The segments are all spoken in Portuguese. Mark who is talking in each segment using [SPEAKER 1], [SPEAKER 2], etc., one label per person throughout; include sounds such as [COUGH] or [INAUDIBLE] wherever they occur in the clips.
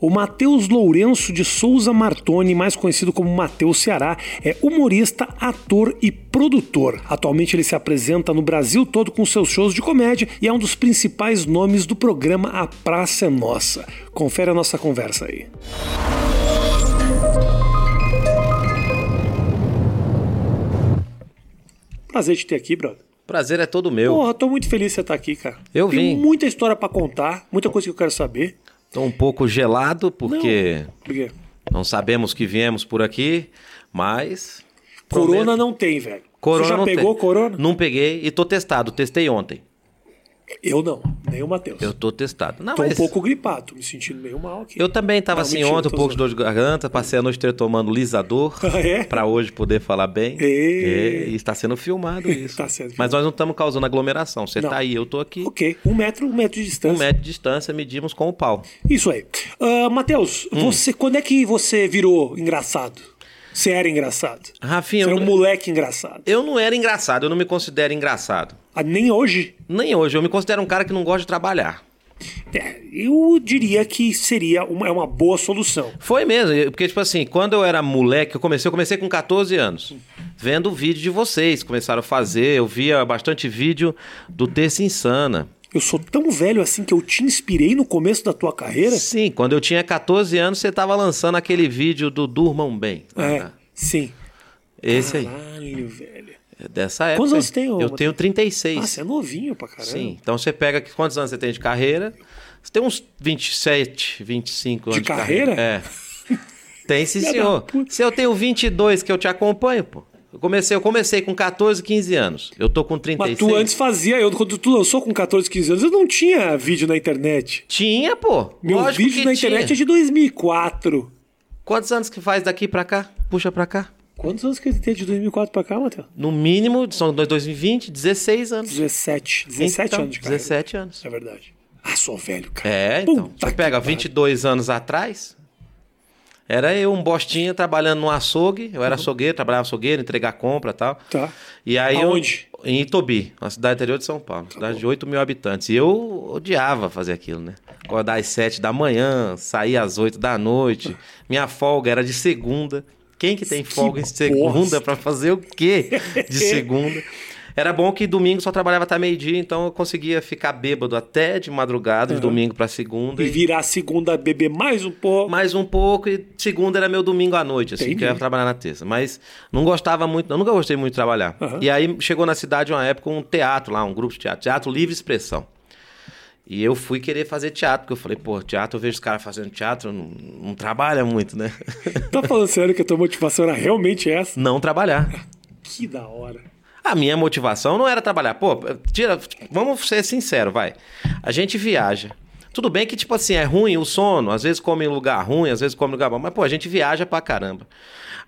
[SPEAKER 1] O Matheus Lourenço de Souza Martoni, mais conhecido como Matheus Ceará, é humorista, ator e produtor. Atualmente ele se apresenta no Brasil todo com seus shows de comédia e é um dos principais nomes do programa A Praça é Nossa. Confere a nossa conversa aí. Prazer te ter aqui, brother.
[SPEAKER 2] Prazer é todo meu.
[SPEAKER 1] Porra, tô muito feliz de você estar aqui, cara.
[SPEAKER 2] Eu
[SPEAKER 1] Tem
[SPEAKER 2] vim.
[SPEAKER 1] muita história pra contar, muita coisa que eu quero saber.
[SPEAKER 2] Tô um pouco gelado porque
[SPEAKER 1] Por quê?
[SPEAKER 2] não, sabemos que viemos por aqui, mas
[SPEAKER 1] Corona
[SPEAKER 2] Prometo-
[SPEAKER 1] não tem, velho.
[SPEAKER 2] Corona
[SPEAKER 1] você já
[SPEAKER 2] não
[SPEAKER 1] pegou
[SPEAKER 2] tem.
[SPEAKER 1] corona?
[SPEAKER 2] Não peguei e tô testado, testei ontem.
[SPEAKER 1] Eu não, nem o Matheus.
[SPEAKER 2] Eu tô testado. Não,
[SPEAKER 1] Tô um
[SPEAKER 2] mas
[SPEAKER 1] pouco gripado, tô me sentindo meio mal aqui.
[SPEAKER 2] eu também tava
[SPEAKER 1] Não,
[SPEAKER 2] assim
[SPEAKER 1] mentira,
[SPEAKER 2] ontem, um
[SPEAKER 1] tô
[SPEAKER 2] pouco de
[SPEAKER 1] zoando.
[SPEAKER 2] dor de garganta, passei a noite inteira tomando lisador
[SPEAKER 1] [LAUGHS] Ah, é?
[SPEAKER 2] pra hoje poder falar bem.
[SPEAKER 1] Ei.
[SPEAKER 2] É, e está
[SPEAKER 1] [LAUGHS]
[SPEAKER 2] sendo filmado isso.
[SPEAKER 1] Tá sendo filmado.
[SPEAKER 2] Mas nós não estamos causando aglomeração. Você
[SPEAKER 1] Não.
[SPEAKER 2] tá aí, eu tô aqui.
[SPEAKER 1] Ok, um metro, um metro de
[SPEAKER 2] Um
[SPEAKER 1] distância.
[SPEAKER 2] metro de distância, medimos com o pau.
[SPEAKER 1] Isso aí. Ah, Matheus,
[SPEAKER 2] Hum.
[SPEAKER 1] você, quando é que você virou engraçado? Você era engraçado?
[SPEAKER 2] Rafinha,
[SPEAKER 1] você
[SPEAKER 2] eu
[SPEAKER 1] era um
[SPEAKER 2] não-
[SPEAKER 1] moleque engraçado.
[SPEAKER 2] Eu não era engraçado, eu não me considero engraçado.
[SPEAKER 1] Ah, nem hoje.
[SPEAKER 2] Nem hoje, eu me considero um cara que não gosta de trabalhar.
[SPEAKER 1] É, eu diria que seria uma, é uma boa solução.
[SPEAKER 2] Foi mesmo, eu- porque, tipo assim, quando eu era moleque, eu comecei, eu comecei com 14 anos, vendo vídeo de vocês, começaram a fazer, eu via bastante vídeo do Terça Insana.
[SPEAKER 1] Eu sou tão velho assim que eu te inspirei no começo da tua carreira.
[SPEAKER 2] Sim, quando eu tinha 14 anos, você tava lançando aquele vídeo do Durmam Bem. né?
[SPEAKER 1] É, sim.
[SPEAKER 2] Esse aí,
[SPEAKER 1] Caralho, velho.
[SPEAKER 2] é dessa época.
[SPEAKER 1] Quantos anos
[SPEAKER 2] aí.
[SPEAKER 1] você tem, ô,
[SPEAKER 2] Eu
[SPEAKER 1] Matheus?
[SPEAKER 2] tenho 36.
[SPEAKER 1] Ah, você é novinho pra caramba.
[SPEAKER 2] Sim, então você pega que- quantos anos você tem de carreira? Você tem uns 27, 25 anos de
[SPEAKER 1] carreira?
[SPEAKER 2] carreira.
[SPEAKER 1] [LAUGHS]
[SPEAKER 2] É. Tem sim,
[SPEAKER 1] Filha da
[SPEAKER 2] senhor.
[SPEAKER 1] puta.
[SPEAKER 2] Se eu tenho 22 que eu te acompanho, pô. Eu comecei, eu comecei com 14, 15 anos. Eu tô com
[SPEAKER 1] Mas
[SPEAKER 2] 36.
[SPEAKER 1] tu antes fazia, eu, quando tu lançou com 14, 15 anos, eu não tinha vídeo na internet.
[SPEAKER 2] Tinha, pô.
[SPEAKER 1] Meu
[SPEAKER 2] Lógico
[SPEAKER 1] vídeo
[SPEAKER 2] que
[SPEAKER 1] na
[SPEAKER 2] tinha.
[SPEAKER 1] internet é de 2004.
[SPEAKER 2] Quantos anos que faz daqui pra cá? Puxa pra cá.
[SPEAKER 1] Quantos anos que ele tem de 2004 pra cá, Matheus?
[SPEAKER 2] No mínimo, são dois- 2020, 16 anos.
[SPEAKER 1] 17. 17
[SPEAKER 2] Então,
[SPEAKER 1] anos de carreira.
[SPEAKER 2] 17 anos.
[SPEAKER 1] É verdade. Ah, sou velho, cara.
[SPEAKER 2] É, então.
[SPEAKER 1] Puta
[SPEAKER 2] Você
[SPEAKER 1] que
[SPEAKER 2] pega
[SPEAKER 1] pariu.
[SPEAKER 2] 22 anos atrás, era eu um bostinha trabalhando no açougue. Eu era
[SPEAKER 1] Uhum.
[SPEAKER 2] açougueiro, trabalhava açougueiro, entregar compra e tal.
[SPEAKER 1] Tá.
[SPEAKER 2] E aí
[SPEAKER 1] Aonde?
[SPEAKER 2] eu. Em Itobi, uma cidade interior de São Paulo, uma cidade de 8 mil habitantes. E eu odiava fazer aquilo, né? Acordar às 7 da manhã, sair às 8 da noite. Minha folga era de segunda. Quem que tem
[SPEAKER 1] Que
[SPEAKER 2] folga em segunda
[SPEAKER 1] bosta.
[SPEAKER 2] pra fazer o quê
[SPEAKER 1] [LAUGHS]
[SPEAKER 2] de segunda? Era bom que domingo só trabalhava até meio-dia, então eu conseguia ficar bêbado até de madrugada, de domingo pra segunda.
[SPEAKER 1] E
[SPEAKER 2] E
[SPEAKER 1] virar a segunda beber mais um pouco.
[SPEAKER 2] mais um pouco, e segunda era meu domingo à noite, assim,
[SPEAKER 1] Entendi.
[SPEAKER 2] que eu ia trabalhar na terça. Mas não gostava muito, não, nunca gostei muito de trabalhar.
[SPEAKER 1] Aham.
[SPEAKER 2] E aí chegou na cidade uma época um teatro lá, um grupo de teatro, Teatro Livre Expressão. E eu fui querer fazer teatro, porque eu falei, pô, teatro, eu vejo os caras fazendo teatro, não, não trabalha muito, né? [LAUGHS]
[SPEAKER 1] Tá falando sério que a tua motivação era realmente essa?
[SPEAKER 2] não trabalhar.
[SPEAKER 1] Que da hora.
[SPEAKER 2] A minha motivação não era trabalhar. Pô, tira, vamos ser sincero, vai. A gente viaja. Tudo bem que, tipo assim, é ruim o sono, às vezes come em lugar ruim, às vezes come em lugar bom, mas, pô, a gente viaja pra caramba.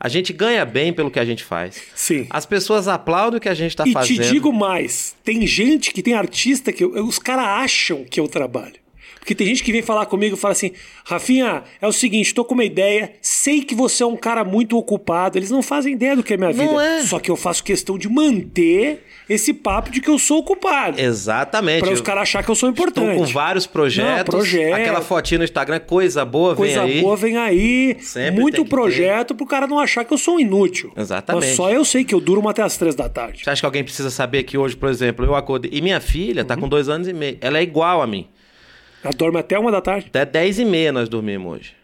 [SPEAKER 2] A gente ganha bem pelo que a gente faz.
[SPEAKER 1] Sim.
[SPEAKER 2] As pessoas aplaudem o que a gente tá
[SPEAKER 1] e
[SPEAKER 2] fazendo.
[SPEAKER 1] te digo mais, tem gente que tem artista que eu- eu- os caras acham que eu trabalho. Porque tem gente que vem falar comigo e fala assim: Rafinha, é o seguinte, tô com uma ideia, sei que você é um cara muito ocupado, eles não fazem ideia do que é minha
[SPEAKER 2] Não
[SPEAKER 1] vida.
[SPEAKER 2] é.
[SPEAKER 1] Só que eu faço questão de manter esse papo de que eu sou ocupado.
[SPEAKER 2] Exatamente.
[SPEAKER 1] Pra os caras acharem que eu sou
[SPEAKER 2] Estão
[SPEAKER 1] importante.
[SPEAKER 2] É, com vários projetos.
[SPEAKER 1] Não, projeto.
[SPEAKER 2] Aquela fotinha no Instagram, coisa boa,
[SPEAKER 1] Coisa
[SPEAKER 2] vem aí.
[SPEAKER 1] boa vem aí.
[SPEAKER 2] Sempre
[SPEAKER 1] muito
[SPEAKER 2] tem que
[SPEAKER 1] projeto pro cara não achar que eu sou um inútil.
[SPEAKER 2] Exatamente.
[SPEAKER 1] Mas só eu sei que eu durmo até as três da tarde.
[SPEAKER 2] Você acha que alguém precisa saber que hoje, por exemplo, eu acordei. E minha filha
[SPEAKER 1] Uhum.
[SPEAKER 2] tá com dois anos e meio. Ela é igual a mim.
[SPEAKER 1] Ela dorme até uma da tarde.
[SPEAKER 2] Até 10 e meia nós dormimos hoje.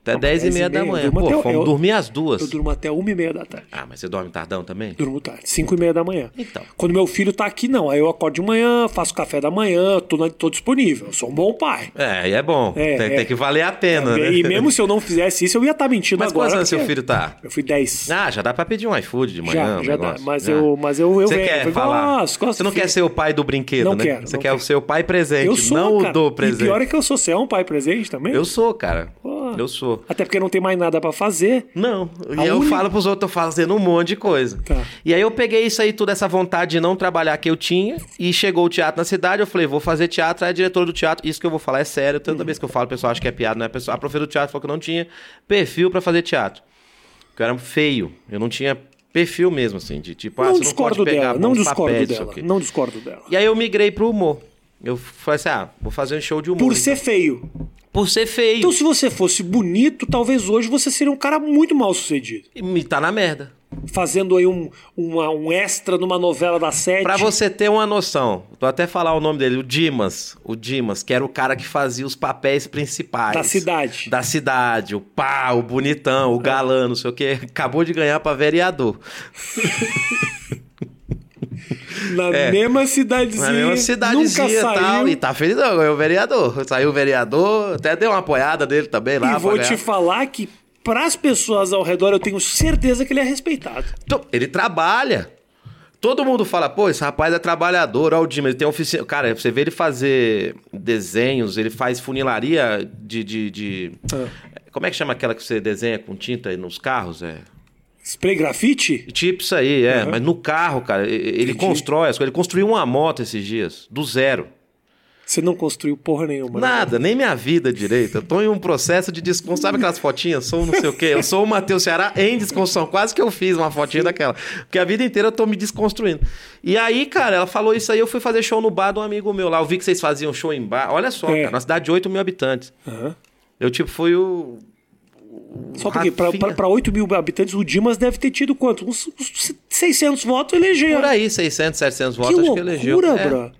[SPEAKER 2] Até 10 e
[SPEAKER 1] 10 e
[SPEAKER 2] meia da
[SPEAKER 1] meia,
[SPEAKER 2] manhã.
[SPEAKER 1] eu durmo
[SPEAKER 2] Pô,
[SPEAKER 1] até-
[SPEAKER 2] fomos
[SPEAKER 1] eu-
[SPEAKER 2] dormir às duas.
[SPEAKER 1] Eu durmo até uma e meia da tarde.
[SPEAKER 2] Ah, mas você dorme tardão também?
[SPEAKER 1] Durmo tarde, 5 e meia da manhã.
[SPEAKER 2] Então.
[SPEAKER 1] Quando meu filho tá aqui, não. Aí eu acordo de manhã, faço café da manhã, tô, na- tô disponível. Eu sou um bom pai.
[SPEAKER 2] É, e é bom.
[SPEAKER 1] É,
[SPEAKER 2] tem,
[SPEAKER 1] é.
[SPEAKER 2] tem que valer a pena, né?
[SPEAKER 1] E mesmo se eu não fizesse isso, eu ia estar mentindo
[SPEAKER 2] Mas
[SPEAKER 1] agora.
[SPEAKER 2] quantos anos seu
[SPEAKER 1] porque
[SPEAKER 2] filho tá?
[SPEAKER 1] Eu fui 10.
[SPEAKER 2] [LAUGHS] Ah, já dá pra pedir um iFood de manhã,
[SPEAKER 1] Já,
[SPEAKER 2] um
[SPEAKER 1] já dá.
[SPEAKER 2] negócio.
[SPEAKER 1] Mas
[SPEAKER 2] Já.
[SPEAKER 1] eu- mas eu- eu
[SPEAKER 2] Você
[SPEAKER 1] venho. Eu
[SPEAKER 2] quer
[SPEAKER 1] falei,
[SPEAKER 2] falar?
[SPEAKER 1] "Nossa, gosto
[SPEAKER 2] Você não
[SPEAKER 1] do
[SPEAKER 2] quer
[SPEAKER 1] filho."
[SPEAKER 2] ser o pai do brinquedo,
[SPEAKER 1] Não
[SPEAKER 2] né?
[SPEAKER 1] quero,
[SPEAKER 2] Você
[SPEAKER 1] não
[SPEAKER 2] quer
[SPEAKER 1] quero.
[SPEAKER 2] ser o pai presente,
[SPEAKER 1] eu sou,
[SPEAKER 2] não
[SPEAKER 1] cara.
[SPEAKER 2] o do
[SPEAKER 1] E pior
[SPEAKER 2] presente.
[SPEAKER 1] é que eu sou. Você é um pai presente também?
[SPEAKER 2] Eu sou, cara.
[SPEAKER 1] Pô.
[SPEAKER 2] Eu sou.
[SPEAKER 1] Até porque não tem mais nada pra fazer.
[SPEAKER 2] Não.
[SPEAKER 1] A
[SPEAKER 2] e eu
[SPEAKER 1] única-
[SPEAKER 2] falo pros outros, tô fazendo um monte de coisa.
[SPEAKER 1] Tá.
[SPEAKER 2] E aí eu peguei isso aí, toda essa vontade de não trabalhar que eu tinha, e chegou o teatro na cidade, eu falei, vou fazer teatro, aí a diretora do teatro, isso que eu vou falar é sério,
[SPEAKER 1] Hum.
[SPEAKER 2] tanta vez que eu falo, o pessoal acha que é piada, não é pessoal. A professora do teatro falou que eu não tinha perfil pra fazer teatro. Que eu era feio, eu não tinha perfil mesmo, assim, de tipo, ah,
[SPEAKER 1] não
[SPEAKER 2] você não
[SPEAKER 1] discordo
[SPEAKER 2] pode pegar
[SPEAKER 1] dela, não
[SPEAKER 2] bons
[SPEAKER 1] discordo
[SPEAKER 2] papéis, sei o
[SPEAKER 1] dela.
[SPEAKER 2] quê.
[SPEAKER 1] Não discordo dela.
[SPEAKER 2] E aí eu migrei pro humor. Eu falei assim, ah, vou fazer um show de humor.
[SPEAKER 1] Por
[SPEAKER 2] então.
[SPEAKER 1] ser feio.
[SPEAKER 2] Por por ser feio.
[SPEAKER 1] Então, se você fosse bonito, talvez hoje você seria um cara muito mal sucedido.
[SPEAKER 2] E tá na merda.
[SPEAKER 1] Fazendo aí um, uma- um extra numa novela da sete.
[SPEAKER 2] Pra você ter uma noção, vou até falar o nome dele, o Dimas. O Dimas, que era o cara que fazia os papéis principais.
[SPEAKER 1] Da cidade.
[SPEAKER 2] Da cidade, o pá, o bonitão, o galã, não sei o quê. Acabou de ganhar pra vereador.
[SPEAKER 1] Na mesma cidadezinha.
[SPEAKER 2] é. Na mesma é cidadezinha
[SPEAKER 1] nunca
[SPEAKER 2] e
[SPEAKER 1] saiu,
[SPEAKER 2] tal. E tá feliz, não, ganhou o vereador. Saiu o vereador, até deu uma apoiada dele também lá.
[SPEAKER 1] E
[SPEAKER 2] pra
[SPEAKER 1] vou
[SPEAKER 2] ganhar.
[SPEAKER 1] te falar que, pras pessoas ao redor, eu tenho certeza que ele é respeitado.
[SPEAKER 2] Então, ele trabalha. Todo mundo fala, pô, esse rapaz é trabalhador, ó, o Dimas, ele tem oficina. Cara, você vê ele fazer desenhos, ele faz funilaria de. de, de- Como é que chama aquela que você desenha com tinta nos carros? É.
[SPEAKER 1] Spray grafite?
[SPEAKER 2] Tipo isso aí, é. Mas no carro, cara, e- e- ele constrói as coisas. Ele construiu uma moto esses dias, do zero.
[SPEAKER 1] Você não construiu porra nenhuma. né?
[SPEAKER 2] Nada, nem minha vida direita. Eu tô em um processo de desconstrução. Sabe aquelas fotinhas? Sou não sei o quê. Eu sou o Matheus Ceará em desconstrução. Quase que eu fiz uma fotinha daquela. Porque a vida inteira eu tô me desconstruindo. E aí, cara, ela falou isso aí. Eu fui fazer show no bar de um amigo meu lá. Eu vi que vocês faziam show em bar. Olha só,
[SPEAKER 1] É.
[SPEAKER 2] cara. Uma cidade de 8 mil habitantes.
[SPEAKER 1] Aham.
[SPEAKER 2] Eu, tipo, fui o.
[SPEAKER 1] Só porque pra,
[SPEAKER 2] Rafinha.
[SPEAKER 1] pra, pra 8 mil habitantes, o Dimas deve ter tido quanto? Uns, uns 600 votos elegeu.
[SPEAKER 2] Por aí, 600, 700
[SPEAKER 1] É. Que
[SPEAKER 2] votos. acho que elegeu.
[SPEAKER 1] loucura,
[SPEAKER 2] É.
[SPEAKER 1] bro.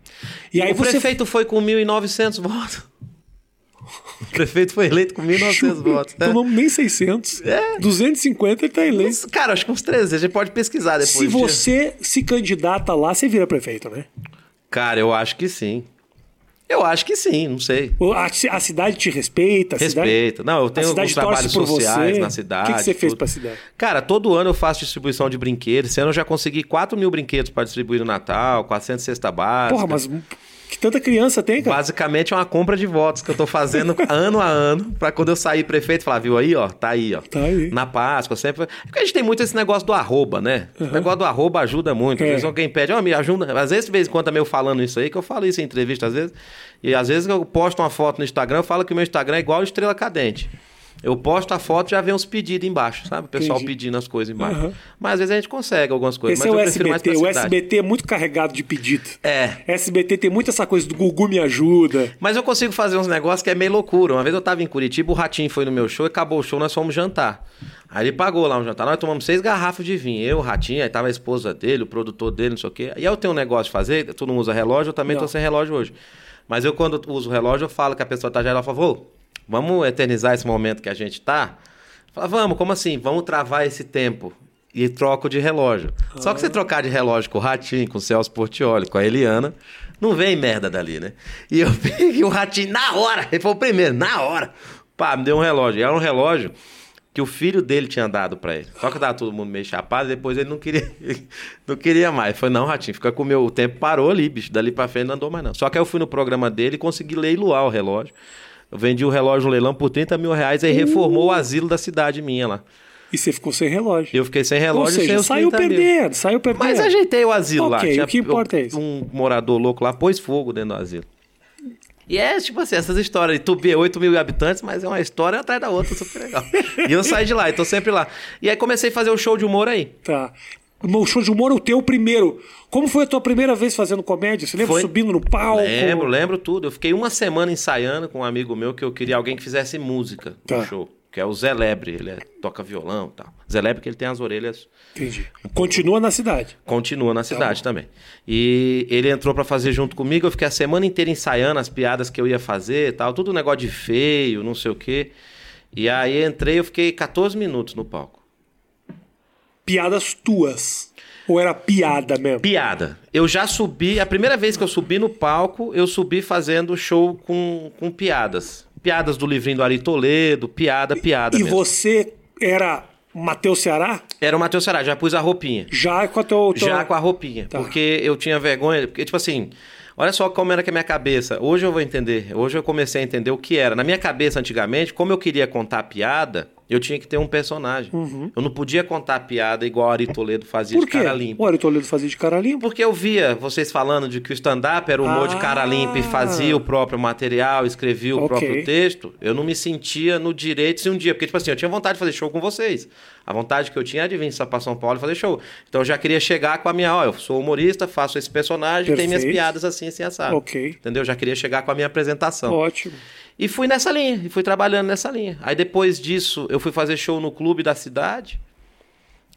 [SPEAKER 1] E aí
[SPEAKER 2] o
[SPEAKER 1] você [LAUGHS]
[SPEAKER 2] prefeito foi com 1.900 votos. O prefeito foi eleito com 1.900 votos. né?
[SPEAKER 1] Tomamos nem 600.
[SPEAKER 2] É.
[SPEAKER 1] 250 ele tá eleito.
[SPEAKER 2] Uns- Cara, acho que uns 300. A gente pode pesquisar depois. um
[SPEAKER 1] Se
[SPEAKER 2] disso.
[SPEAKER 1] você se candidata lá, você vira prefeito, né?
[SPEAKER 2] Cara, eu acho que sim. Eu acho que sim, não sei.
[SPEAKER 1] O- A, ci- a cidade te respeita. A Cidade...
[SPEAKER 2] Respeito. Não, eu tenho
[SPEAKER 1] cidade
[SPEAKER 2] alguns
[SPEAKER 1] torce
[SPEAKER 2] trabalhos
[SPEAKER 1] por
[SPEAKER 2] sociais
[SPEAKER 1] você.
[SPEAKER 2] na cidade.
[SPEAKER 1] O que que você fez
[SPEAKER 2] tudo.
[SPEAKER 1] pra cidade?
[SPEAKER 2] Cara, todo ano eu faço distribuição de brinquedos. Esse ano eu já consegui 4 mil brinquedos para distribuir no Natal, 400 cesta básica.
[SPEAKER 1] Porra, mas que tanta criança tem, cara?
[SPEAKER 2] Basicamente é uma compra de votos que eu tô fazendo [LAUGHS] ano a ano, pra quando eu sair prefeito falar, viu aí, ó, tá aí, ó.
[SPEAKER 1] Tá aí.
[SPEAKER 2] Na Páscoa, sempre. É Porque a gente tem muito esse negócio do arroba, né? O negócio do arroba ajuda muito. Às
[SPEAKER 1] É.
[SPEAKER 2] vezes alguém pede, ó, me ajuda. Às vezes, de vez em quando, também eu falando isso aí, que eu falo isso em entrevista, às vezes. E às vezes eu posto uma foto no Instagram, eu falo que o meu Instagram é igual Estrela Cadente. Eu posto a foto já vem uns pedidos embaixo, sabe? O pessoal
[SPEAKER 1] Entendi.
[SPEAKER 2] pedindo as coisas embaixo.
[SPEAKER 1] Aham.
[SPEAKER 2] Mas às vezes a gente consegue algumas coisas.
[SPEAKER 1] Esse é
[SPEAKER 2] mas
[SPEAKER 1] o
[SPEAKER 2] eu prefiro mais
[SPEAKER 1] SBT. O
[SPEAKER 2] pra cidade.
[SPEAKER 1] SBT é muito carregado de pedido.
[SPEAKER 2] É.
[SPEAKER 1] SBT tem muito essa coisa do Gugu me ajuda.
[SPEAKER 2] Mas eu consigo fazer uns negócios que é meio loucura. Uma vez eu tava em Curitiba, o Ratinho foi no meu show, acabou o show, nós fomos jantar. Aí ele pagou lá um jantar. Nós tomamos seis garrafas de vinho. Eu, o Ratinho, aí tava a esposa dele, o produtor dele, não sei o quê. E eu tenho um negócio de fazer, tu não usa relógio, eu também tô sem relógio hoje. Mas eu, quando uso relógio, eu falo que a pessoa tá já, ela fala, "Vô, vamos eternizar esse momento que a gente tá? Fala, vamos, como assim? Vamos travar esse tempo. E troco de relógio. Só que você trocar de relógio com o Ratinho, com o Celso Portioli, com a Eliana, não vem merda dali, né? E eu [LAUGHS] peguei o Ratinho na hora, ele foi o primeiro, na hora. Pá, me deu um relógio. E era um relógio que o filho dele tinha dado pra ele. Só que tava todo mundo meio chapado, e depois ele não queria, [LAUGHS] ele não queria mais. Foi não, Ratinho, fica com o meu. O tempo parou ali, bicho. Dali pra frente não andou mais não. Só que aí eu fui no programa dele e consegui leiloar o relógio. Eu vendi o relógio no leilão por 30 mil reais
[SPEAKER 1] Uh!
[SPEAKER 2] e reformou o asilo da cidade minha lá.
[SPEAKER 1] E você ficou sem relógio.
[SPEAKER 2] Eu fiquei sem
[SPEAKER 1] Ou
[SPEAKER 2] relógio e sem
[SPEAKER 1] seja,
[SPEAKER 2] os
[SPEAKER 1] saiu
[SPEAKER 2] 30 mil.
[SPEAKER 1] perdendo, saiu perdendo.
[SPEAKER 2] Mas ajeitei o asilo lá.
[SPEAKER 1] Ok,
[SPEAKER 2] Tinha
[SPEAKER 1] o que importa é isso.
[SPEAKER 2] Um morador louco lá pôs fogo dentro do asilo. E é tipo assim, essas histórias de Tubê, 8 mil habitantes, mas é uma história atrás da outra,
[SPEAKER 1] [LAUGHS]
[SPEAKER 2] super legal. e eu saí de lá, e tô sempre lá. E aí comecei a fazer o show de humor aí.
[SPEAKER 1] Tá. O show de humor, o teu primeiro. Como foi a tua primeira vez fazendo comédia? Você lembra
[SPEAKER 2] Foi-
[SPEAKER 1] subindo no palco?
[SPEAKER 2] Lembro, lembro tudo. Eu fiquei uma semana ensaiando com um amigo meu que eu queria alguém que fizesse música
[SPEAKER 1] Tá.
[SPEAKER 2] no show. Que é o Zé Lebre, ele é- toca violão e tal. Zé Lebre que ele tem as orelhas
[SPEAKER 1] Entendi. Continua na cidade.
[SPEAKER 2] Continua
[SPEAKER 1] Tá
[SPEAKER 2] na cidade também. E ele entrou pra fazer junto comigo, eu fiquei a semana inteira ensaiando as piadas que eu ia fazer e tal, tudo um negócio de feio, não sei o quê. E aí entrei, eu fiquei 14 minutos no palco.
[SPEAKER 1] Piadas tuas. Ou era piada mesmo?
[SPEAKER 2] Piada. Eu já subi, a primeira vez que eu subi no palco, eu subi fazendo show com, com piadas. Piadas do livrinho do Ari Toledo, piada, piada
[SPEAKER 1] e
[SPEAKER 2] mesmo.
[SPEAKER 1] você era Matheus Ceará?
[SPEAKER 2] Era o Matheus Será, já pus a roupinha.
[SPEAKER 1] Já com a tua. tua-
[SPEAKER 2] Já com a roupinha.
[SPEAKER 1] Tá.
[SPEAKER 2] Porque eu tinha vergonha. Porque, tipo assim, olha só como era que a minha cabeça. Hoje eu vou entender. Hoje eu comecei a entender o que era. Na minha cabeça, antigamente, como eu queria contar piada, eu tinha que ter um personagem. Eu não podia contar piada igual a Ari Toledo fazia
[SPEAKER 1] Uhum. Por
[SPEAKER 2] de
[SPEAKER 1] quê?
[SPEAKER 2] cara limpa.
[SPEAKER 1] Olha, o Toledo fazia de cara limpa.
[SPEAKER 2] Porque eu via vocês falando de que o stand-up era o humor de cara
[SPEAKER 1] Ah.
[SPEAKER 2] limpa e fazia o próprio material, escrevia o
[SPEAKER 1] Ok.
[SPEAKER 2] próprio texto. Eu não me sentia no direito se um dia. Porque, tipo assim, eu tinha vontade de fazer show com vocês. A vontade que eu tinha era de vir só pra São Paulo e fazer show. Então eu já queria chegar com a minha. Ó, eu sou humorista, faço esse personagem, tem minhas
[SPEAKER 1] Perfeito.
[SPEAKER 2] piadas assim, assim, assado.
[SPEAKER 1] Ok.
[SPEAKER 2] Entendeu? Eu já queria chegar com a minha apresentação.
[SPEAKER 1] Ótimo.
[SPEAKER 2] E fui nessa linha, e fui trabalhando nessa linha. Aí depois disso, eu fui fazer show no clube da cidade.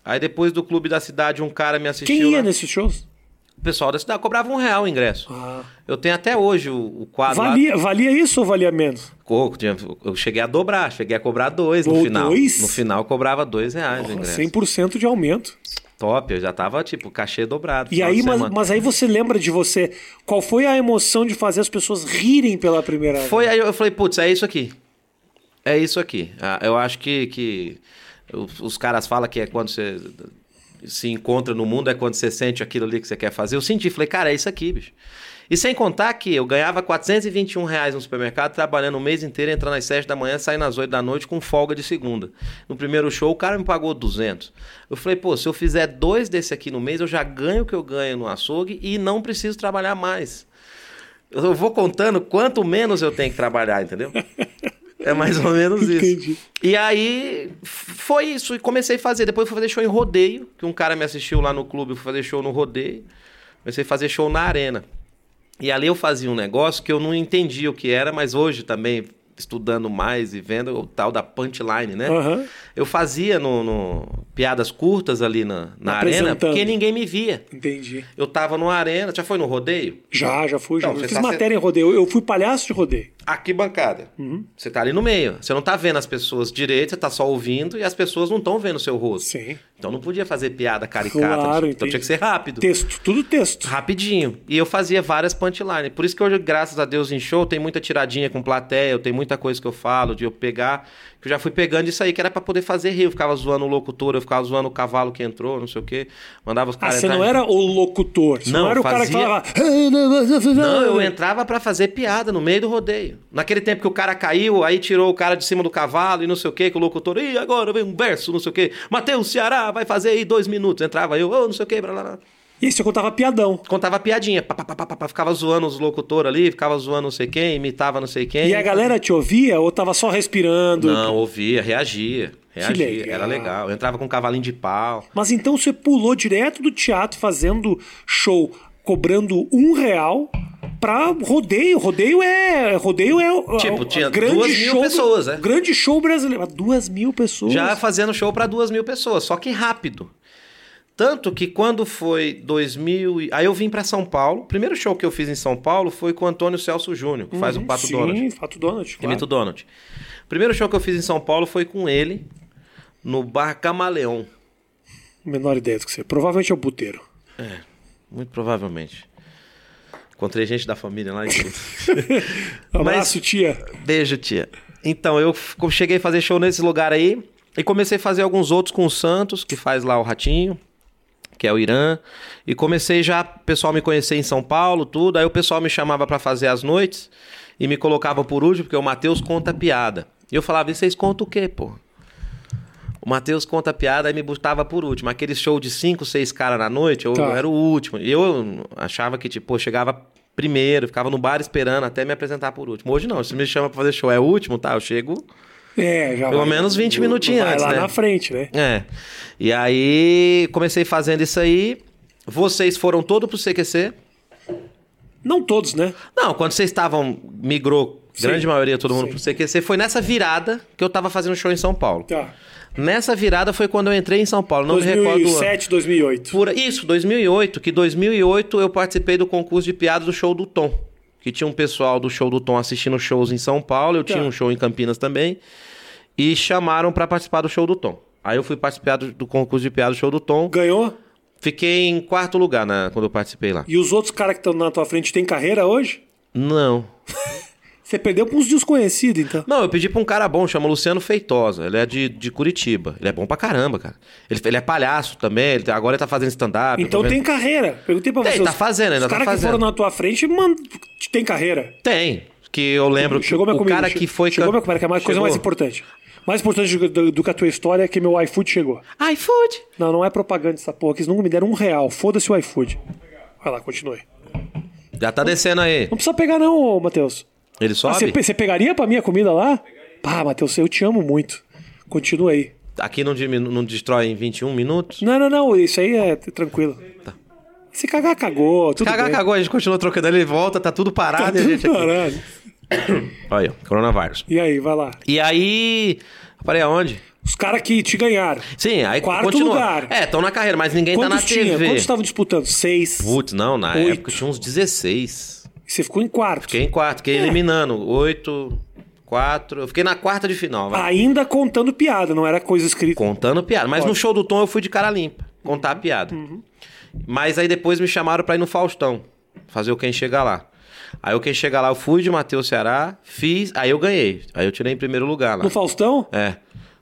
[SPEAKER 2] Aí depois do clube da cidade, um cara me assistiu.
[SPEAKER 1] Quem ia
[SPEAKER 2] lá.
[SPEAKER 1] nesses shows?
[SPEAKER 2] O pessoal da cidade cobrava um real o ingresso. Eu tenho até hoje o, o quadro. Ah. lá.
[SPEAKER 1] Ah, Valia, valia isso ou valia menos?
[SPEAKER 2] Co- tinha- Eu cheguei a dobrar, cheguei a cobrar dois no
[SPEAKER 1] Do-
[SPEAKER 2] final.
[SPEAKER 1] dois?
[SPEAKER 2] No final cobrava dois reais o
[SPEAKER 1] Porra,
[SPEAKER 2] ingresso.
[SPEAKER 1] 100% de aumento.
[SPEAKER 2] Top, eu já tava tipo, cachê dobrado.
[SPEAKER 1] E
[SPEAKER 2] final
[SPEAKER 1] aí,
[SPEAKER 2] de
[SPEAKER 1] mas,
[SPEAKER 2] semana.
[SPEAKER 1] mas aí você lembra de você. Qual foi a emoção de fazer as pessoas rirem pela primeira vez?
[SPEAKER 2] Foi aí eu falei, putz, é isso aqui. É isso aqui. Ah, Eu acho que, que os- os caras falam que é quando você se encontra no mundo, é quando você sente aquilo ali que você quer fazer. Eu senti, falei, cara, é isso aqui, bicho. E sem contar que eu ganhava 421 reais no supermercado, trabalhando o mês inteiro, entrando às 7 da manhã, saindo às 8 da noite com folga de segunda. No primeiro show, o cara me pagou 200. Eu falei, pô, se eu fizer dois desse aqui no mês, eu já ganho o que eu ganho no açougue e não preciso trabalhar mais. Eu vou contando quanto menos eu tenho que trabalhar, entendeu? É mais ou menos isso.
[SPEAKER 1] Entendi.
[SPEAKER 2] E aí f- foi isso, e comecei a fazer. Depois fui fazer show em rodeio, que um cara me assistiu lá no clube, eu fui fazer show no rodeio. Comecei a fazer show na arena. E ali eu fazia um negócio que eu não entendia o que era, mas hoje também, estudando mais e vendo o tal da punchline, né?
[SPEAKER 1] Aham.
[SPEAKER 2] Eu fazia no, no- piadas curtas ali na, na arena,
[SPEAKER 1] Apresentando.
[SPEAKER 2] porque ninguém me via.
[SPEAKER 1] Entendi.
[SPEAKER 2] Eu tava numa arena, já foi no rodeio?
[SPEAKER 1] Já, já fui. Já.
[SPEAKER 2] Então,
[SPEAKER 1] eu
[SPEAKER 2] você
[SPEAKER 1] fiz
[SPEAKER 2] tá sendo-
[SPEAKER 1] matéria em rodeio. Eu fui palhaço de rodeio.
[SPEAKER 2] arquibancada.
[SPEAKER 1] Uhum.
[SPEAKER 2] Você tá ali no meio. Você não tá vendo as pessoas direito, você tá só ouvindo e as pessoas não estão vendo o seu rosto.
[SPEAKER 1] Sim.
[SPEAKER 2] Então não podia fazer piada caricata.
[SPEAKER 1] Claro,
[SPEAKER 2] então
[SPEAKER 1] entendi.
[SPEAKER 2] tinha que ser rápido.
[SPEAKER 1] Texto, tudo texto.
[SPEAKER 2] Rapidinho. E eu fazia várias punchlines. Por isso que hoje, graças a Deus, em show tem muita tiradinha com plateia, eu tenho muita coisa que eu falo, de eu pegar. Que eu já fui pegando isso aí, que era pra poder fazer rir. Eu ficava zoando o locutor, eu ficava zoando o cavalo que entrou, não sei o quê. Mandava os
[SPEAKER 1] Ah,
[SPEAKER 2] caras.
[SPEAKER 1] você não
[SPEAKER 2] entrar-
[SPEAKER 1] era o locutor. Você não,
[SPEAKER 2] Não,
[SPEAKER 1] era o cara que
[SPEAKER 2] fazia-
[SPEAKER 1] falava. "Ah,
[SPEAKER 2] Não, eu entrava pra fazer piada no meio do rodeio. Naquele tempo que o cara caiu, aí tirou o cara de cima do cavalo e não sei o que, que o locutor, e agora vem um verso, não sei o que. Matheus Ceará vai fazer aí dois minutos. Entrava eu, oh, não sei o que, blá, blá, blá.
[SPEAKER 1] E aí você contava piadão.
[SPEAKER 2] Contava piadinha, pá, pá, pá, pá, pá, pá, ficava zoando os locutores ali, ficava zoando não sei quem, imitava não sei quem.
[SPEAKER 1] E a galera te ouvia ou tava só respirando?
[SPEAKER 2] É Não, ouvia, reagia, reagia,
[SPEAKER 1] legal.
[SPEAKER 2] era legal. Eu entrava com um cavalinho de pau.
[SPEAKER 1] Mas então você pulou direto do teatro fazendo show cobrando um real pra rodeio. Rodeio é. Rodeio é. o-
[SPEAKER 2] Tipo,
[SPEAKER 1] o-
[SPEAKER 2] tinha
[SPEAKER 1] grande
[SPEAKER 2] duas mil
[SPEAKER 1] show-
[SPEAKER 2] pessoas, né?
[SPEAKER 1] Grande show brasileiro. Mas Duas mil pessoas.
[SPEAKER 2] Já fazendo show pra duas mil pessoas, só que rápido. Tanto que quando foi 2000. e- Aí eu vim pra São Paulo. O primeiro show que eu fiz em São Paulo foi com o Antônio Celso Júnior, que faz o um Pato
[SPEAKER 1] Uhum. Sim,
[SPEAKER 2] Donald.
[SPEAKER 1] Fato Donald. Claro.
[SPEAKER 2] Imita o Donald. O primeiro show que eu fiz em São Paulo foi com ele, no Bar Camaleão.
[SPEAKER 1] Menor ideia do que você. Provavelmente é o puteiro.
[SPEAKER 2] Muito provavelmente. Encontrei gente da família lá e
[SPEAKER 1] [LAUGHS]
[SPEAKER 2] tudo.
[SPEAKER 1] Abraço, tia.
[SPEAKER 2] Beijo, tia. Então, eu f- cheguei a fazer show nesse lugar aí e comecei a fazer alguns outros com o Santos, que faz lá o Ratinho, que é o Irã. E comecei já, o pessoal me conhecer em São Paulo, tudo. Aí o pessoal me chamava pra fazer as noites e me colocava por último, porque o Matheus conta piada. E eu falava, e vocês contam o quê, pô? O Matheus conta piada e me botava por último. Aquele show de cinco, seis caras na noite, eu
[SPEAKER 1] Tá.
[SPEAKER 2] era o último. E eu achava que, tipo, eu chegava primeiro, ficava no bar esperando até me apresentar por último. Hoje não, se me chama pra fazer show, é o último, tá? Eu chego.
[SPEAKER 1] É, já
[SPEAKER 2] Pelo
[SPEAKER 1] vai-
[SPEAKER 2] menos 20 minutinhos
[SPEAKER 1] Vai
[SPEAKER 2] antes,
[SPEAKER 1] lá
[SPEAKER 2] né?
[SPEAKER 1] na frente, né?
[SPEAKER 2] É. E aí comecei fazendo isso aí. Vocês foram todo pro CQC.
[SPEAKER 1] Não todos, né?
[SPEAKER 2] Não, quando vocês estavam, migrou,
[SPEAKER 1] Sim.
[SPEAKER 2] grande maioria, todo mundo
[SPEAKER 1] Sim.
[SPEAKER 2] pro CQC, foi nessa virada que eu tava fazendo show em São Paulo.
[SPEAKER 1] Tá.
[SPEAKER 2] Nessa virada foi quando eu entrei em São Paulo, não me recordo o ano.
[SPEAKER 1] 2007, 2008.
[SPEAKER 2] Por- isso, 2008, que 2008 eu participei do concurso de piada do show do Tom. Que tinha um pessoal do show do Tom assistindo shows em São Paulo, eu
[SPEAKER 1] Tá.
[SPEAKER 2] tinha um show em Campinas também. E chamaram pra participar do show do Tom. Aí eu fui participar do, do concurso de piada do show do Tom.
[SPEAKER 1] Ganhou?
[SPEAKER 2] Fiquei em quarto lugar na, quando eu participei lá.
[SPEAKER 1] E os outros caras que estão na tua frente têm carreira hoje?
[SPEAKER 2] Não.
[SPEAKER 1] Você perdeu com uns desconhecidos, então.
[SPEAKER 2] Não, eu pedi pra um cara bom, chama Luciano Feitosa. Ele é de, de Curitiba. Ele é bom pra caramba, cara. Ele, ele é palhaço também, ele tá- agora ele tá fazendo stand-up. eu tô
[SPEAKER 1] Então
[SPEAKER 2] vendo-
[SPEAKER 1] tem carreira. Perguntei pra
[SPEAKER 2] Tem,
[SPEAKER 1] você.
[SPEAKER 2] tá fazendo, ainda
[SPEAKER 1] Os
[SPEAKER 2] tá
[SPEAKER 1] caras que
[SPEAKER 2] fazendo.
[SPEAKER 1] foram na tua frente, mano, tem carreira.
[SPEAKER 2] Tem. Que eu lembro que
[SPEAKER 1] Chegou minha
[SPEAKER 2] o
[SPEAKER 1] comida.
[SPEAKER 2] cara
[SPEAKER 1] che-
[SPEAKER 2] que foi...
[SPEAKER 1] Chegou
[SPEAKER 2] can-
[SPEAKER 1] minha comida, que é a mais- coisa mais
[SPEAKER 2] Chegou.
[SPEAKER 1] importante. Mais importante do, do- do que a tua história é que meu iFood chegou.
[SPEAKER 2] iFood.
[SPEAKER 1] Não, não é propaganda essa porra, que eles nunca me deram um real. Foda-se o iFood. Vai lá, continue.
[SPEAKER 2] Já
[SPEAKER 1] Então,
[SPEAKER 2] tá descendo aí.
[SPEAKER 1] Não precisa pegar não, ô, Matheus.
[SPEAKER 2] Ele
[SPEAKER 1] Ah, Você
[SPEAKER 2] sobe?
[SPEAKER 1] pe- você pegaria pra mim a comida lá? Pá, Matheus, eu te amo muito. Continua aí.
[SPEAKER 2] Aqui não, diminu- não destrói em 21 minutos?
[SPEAKER 1] Não, não, não, isso aí é t- tranquilo.
[SPEAKER 2] Tá.
[SPEAKER 1] Se cagar, cagou. Tudo
[SPEAKER 2] Cagar,
[SPEAKER 1] bem.
[SPEAKER 2] cagou, a gente continua trocando ele volta, tá tudo parado. e a gente
[SPEAKER 1] Tudo
[SPEAKER 2] aqui.
[SPEAKER 1] caralho.
[SPEAKER 2] Olha, aí, coronavírus.
[SPEAKER 1] E aí, vai lá.
[SPEAKER 2] E aí. Parei aonde?
[SPEAKER 1] Os caras que te ganharam.
[SPEAKER 2] Sim, aí
[SPEAKER 1] Quarto
[SPEAKER 2] continua.
[SPEAKER 1] lugar.
[SPEAKER 2] É, estão na carreira, mas ninguém tá
[SPEAKER 1] Quantos
[SPEAKER 2] na
[SPEAKER 1] tinha?
[SPEAKER 2] TV.
[SPEAKER 1] Quantos estavam disputando? Seis.
[SPEAKER 2] Putz, não, na
[SPEAKER 1] Oito.
[SPEAKER 2] época tinha uns 16.
[SPEAKER 1] Você ficou em quarto.
[SPEAKER 2] Fiquei em quarto, fiquei
[SPEAKER 1] É.
[SPEAKER 2] eliminando. Oito, quatro. Eu fiquei na quarta de final, vai.
[SPEAKER 1] Ainda contando piada, não era coisa escrita.
[SPEAKER 2] Contando piada. Mas no show do Tom eu fui de cara limpa, contar a piada.
[SPEAKER 1] Uhum.
[SPEAKER 2] Mas aí depois me chamaram pra ir no Faustão, fazer o Quem Chega Lá. Aí o Quem Chega Lá eu fui de Matheus Ceará, fiz, aí eu ganhei. Aí eu tirei em primeiro lugar lá.
[SPEAKER 1] No Faustão?
[SPEAKER 2] É.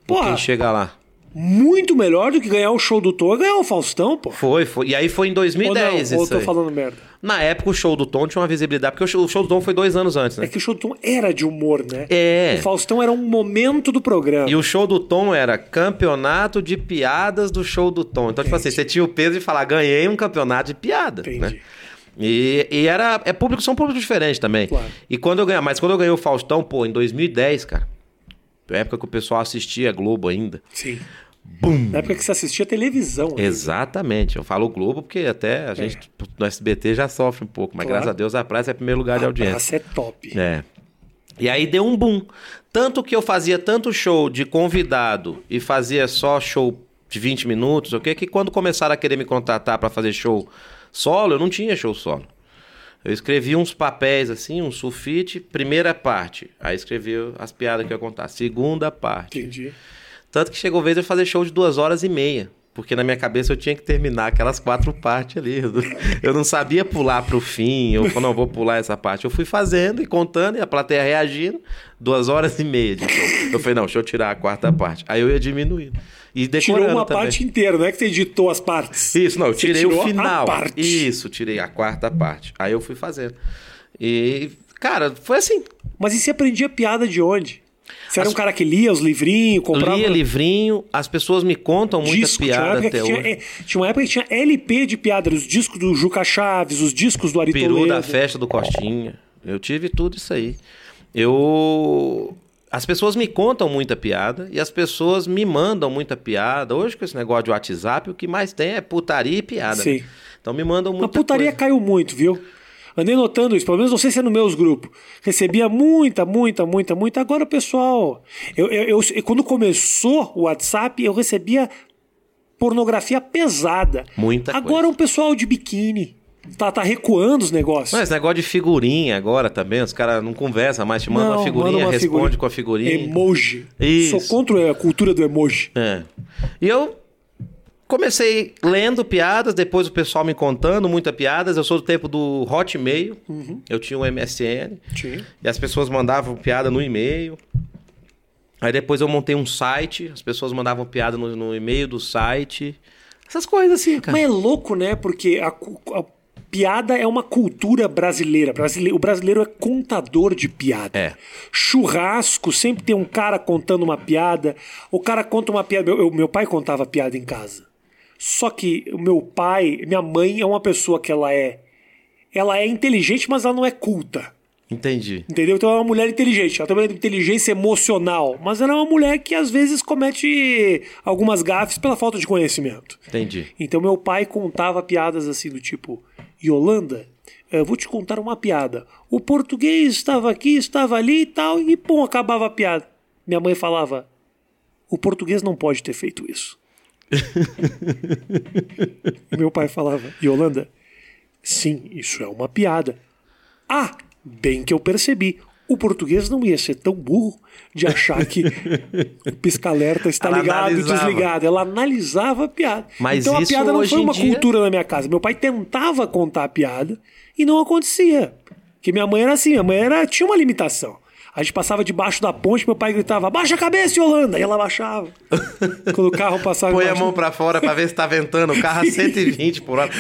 [SPEAKER 1] Porra.
[SPEAKER 2] O Quem Chega Lá.
[SPEAKER 1] Muito melhor do que ganhar o show do Tom é ganhar o Faustão, pô.
[SPEAKER 2] Foi, foi. E aí foi em
[SPEAKER 1] Ou
[SPEAKER 2] 2010
[SPEAKER 1] não, ou
[SPEAKER 2] isso
[SPEAKER 1] tô
[SPEAKER 2] aí.
[SPEAKER 1] falando merda.
[SPEAKER 2] Na época o show do Tom tinha uma visibilidade, porque o show, o show do Tom foi dois anos antes,
[SPEAKER 1] É
[SPEAKER 2] né?
[SPEAKER 1] que o show do Tom era de humor, né?
[SPEAKER 2] É.
[SPEAKER 1] O Faustão era um momento do programa.
[SPEAKER 2] E o show do Tom era campeonato de piadas do show do Tom. Então, tipo assim, você tinha o peso de falar, ganhei um campeonato de piada,
[SPEAKER 1] Entendi.
[SPEAKER 2] né? E, e era é público são públicos diferentes também.
[SPEAKER 1] Claro.
[SPEAKER 2] E quando eu ganhei, mas quando eu ganhei o Faustão, pô, em 2010, cara. na Época que o pessoal assistia Globo ainda.
[SPEAKER 1] Sim.
[SPEAKER 2] Bum.
[SPEAKER 1] Na época que você assistia televisão. né?
[SPEAKER 2] Exatamente. Eu falo Globo porque até a gente no SBT já sofre um pouco, mas
[SPEAKER 1] É. Claro.
[SPEAKER 2] graças a Deus a praça é primeiro lugar de audiência.
[SPEAKER 1] Praça é top.
[SPEAKER 2] É. E aí deu um boom. Tanto que eu fazia tanto show de convidado e fazia só show de 20 minutos, ok? Que quando começaram a querer me contratar pra fazer show solo, eu não tinha show solo. Eu escrevi uns papéis assim, um sulfite, primeira parte. Aí escrevi as piadas que eu ia contar, segunda parte.
[SPEAKER 1] Entendi.
[SPEAKER 2] Tanto que chegou a vez de eu fazer show de duas horas e meia. Porque na minha cabeça eu tinha que terminar aquelas quatro partes ali. Eu não- Eu não sabia pular pro fim. Eu falei, não, vou pular essa parte. Eu fui fazendo e contando e a plateia reagindo. Duas horas e meia de show. Eu falei, não, deixa eu tirar a quarta parte. Aí eu ia diminuindo. E decorando
[SPEAKER 1] Tirou uma
[SPEAKER 2] também.
[SPEAKER 1] parte inteira, não é que você editou as partes.
[SPEAKER 2] Isso, não, eu
[SPEAKER 1] Você
[SPEAKER 2] tirei
[SPEAKER 1] tirou
[SPEAKER 2] o
[SPEAKER 1] a
[SPEAKER 2] final.
[SPEAKER 1] parte.
[SPEAKER 2] Isso, tirei a quarta parte. Aí eu fui fazendo. E, cara, foi assim.
[SPEAKER 1] Mas e você aprendia piada de onde? Você era um cara que lia os livrinhos, comprava
[SPEAKER 2] Lia livrinho, as pessoas me contam muita
[SPEAKER 1] disco? Tinha uma,
[SPEAKER 2] piada
[SPEAKER 1] época que
[SPEAKER 2] até hoje.
[SPEAKER 1] tinha, é, tinha uma época que tinha LP de piada, os discos do Juca Chaves, os discos do Ari
[SPEAKER 2] Peru da
[SPEAKER 1] Toledo.
[SPEAKER 2] festa do Costinha. Eu tive tudo isso aí. Eu. As pessoas me contam muita piada e as pessoas me mandam muita piada. Hoje, com esse negócio de WhatsApp, o que mais tem é putaria e piada.
[SPEAKER 1] Sim.
[SPEAKER 2] né? Então me mandam muita
[SPEAKER 1] A putaria
[SPEAKER 2] coisa.
[SPEAKER 1] caiu muito, viu? Andei notando isso, pelo menos não sei se é nos meus grupos. Recebia muita, muita, muita, muita. Agora, pessoal, eu, eu- eu- quando começou o WhatsApp, eu recebia pornografia pesada.
[SPEAKER 2] Muita
[SPEAKER 1] Agora
[SPEAKER 2] coisa.
[SPEAKER 1] um pessoal de biquíni. Tá, tá recuando os negócios.
[SPEAKER 2] Não, esse negócio de figurinha agora também, os caras não conversam mais, te mandam
[SPEAKER 1] Não,
[SPEAKER 2] uma figurinha,
[SPEAKER 1] manda uma
[SPEAKER 2] responde
[SPEAKER 1] figurinha. É
[SPEAKER 2] com a figurinha.
[SPEAKER 1] Emoji.
[SPEAKER 2] Isso.
[SPEAKER 1] Sou contra a cultura do emoji.
[SPEAKER 2] É. E eu comecei lendo piadas, depois o pessoal me contando muita piadas. Eu sou do tempo do Hotmail,
[SPEAKER 1] Uhum.
[SPEAKER 2] eu tinha um MSN.
[SPEAKER 1] Sim.
[SPEAKER 2] E as pessoas mandavam piada no e-mail. Aí depois eu montei um site, as pessoas mandavam piada no, no e-mail do site. Essas coisas assim, cara.
[SPEAKER 1] Mas é louco, né? Porque a, cu- a piada é uma cultura brasileira. Brasile- O brasileiro é contador de piada.
[SPEAKER 2] É.
[SPEAKER 1] Churrasco, sempre tem um cara contando uma piada. O cara conta uma piada. Meu, eu- meu pai contava piada em casa. Só que o meu pai, minha mãe é uma pessoa que ela é. Ela é inteligente, mas ela não é culta.
[SPEAKER 2] Entendi.
[SPEAKER 1] Entendeu? Então é uma mulher inteligente. Ela também é inteligência emocional. Mas ela é uma mulher que às vezes comete algumas gafes pela falta de conhecimento.
[SPEAKER 2] Entendi.
[SPEAKER 1] Então meu pai contava piadas assim do tipo: Yolanda, eu vou te contar uma piada. O português estava aqui, estava ali e tal, e pum, acabava a piada. Minha mãe falava: O português não pode ter feito isso.
[SPEAKER 2] [LAUGHS]
[SPEAKER 1] meu pai falava: Yolanda, sim, isso é uma piada. Ah, bem que eu percebi. O português não ia ser tão burro de achar
[SPEAKER 2] [LAUGHS]
[SPEAKER 1] que o pisca-alerta está
[SPEAKER 2] Ela
[SPEAKER 1] ligado e
[SPEAKER 2] analisava.
[SPEAKER 1] desligado piada, ela analisava a piada.
[SPEAKER 2] Mas
[SPEAKER 1] então a
[SPEAKER 2] isso
[SPEAKER 1] piada não
[SPEAKER 2] hoje
[SPEAKER 1] foi
[SPEAKER 2] em
[SPEAKER 1] uma
[SPEAKER 2] dia-
[SPEAKER 1] cultura na minha casa. Meu pai tentava contar a piada e não acontecia. Porque minha mãe era assim, minha mãe era, tinha uma limitação. A gente passava debaixo da ponte, meu pai gritava, baixa a cabeça, Yolanda! E ela
[SPEAKER 2] [LAUGHS]
[SPEAKER 1] baixava. Quando o carro passava...
[SPEAKER 2] Põe a
[SPEAKER 1] embaixo-
[SPEAKER 2] mão pra fora pra ver se tá ventando.
[SPEAKER 1] [LAUGHS]
[SPEAKER 2] O carro a 120 por hora.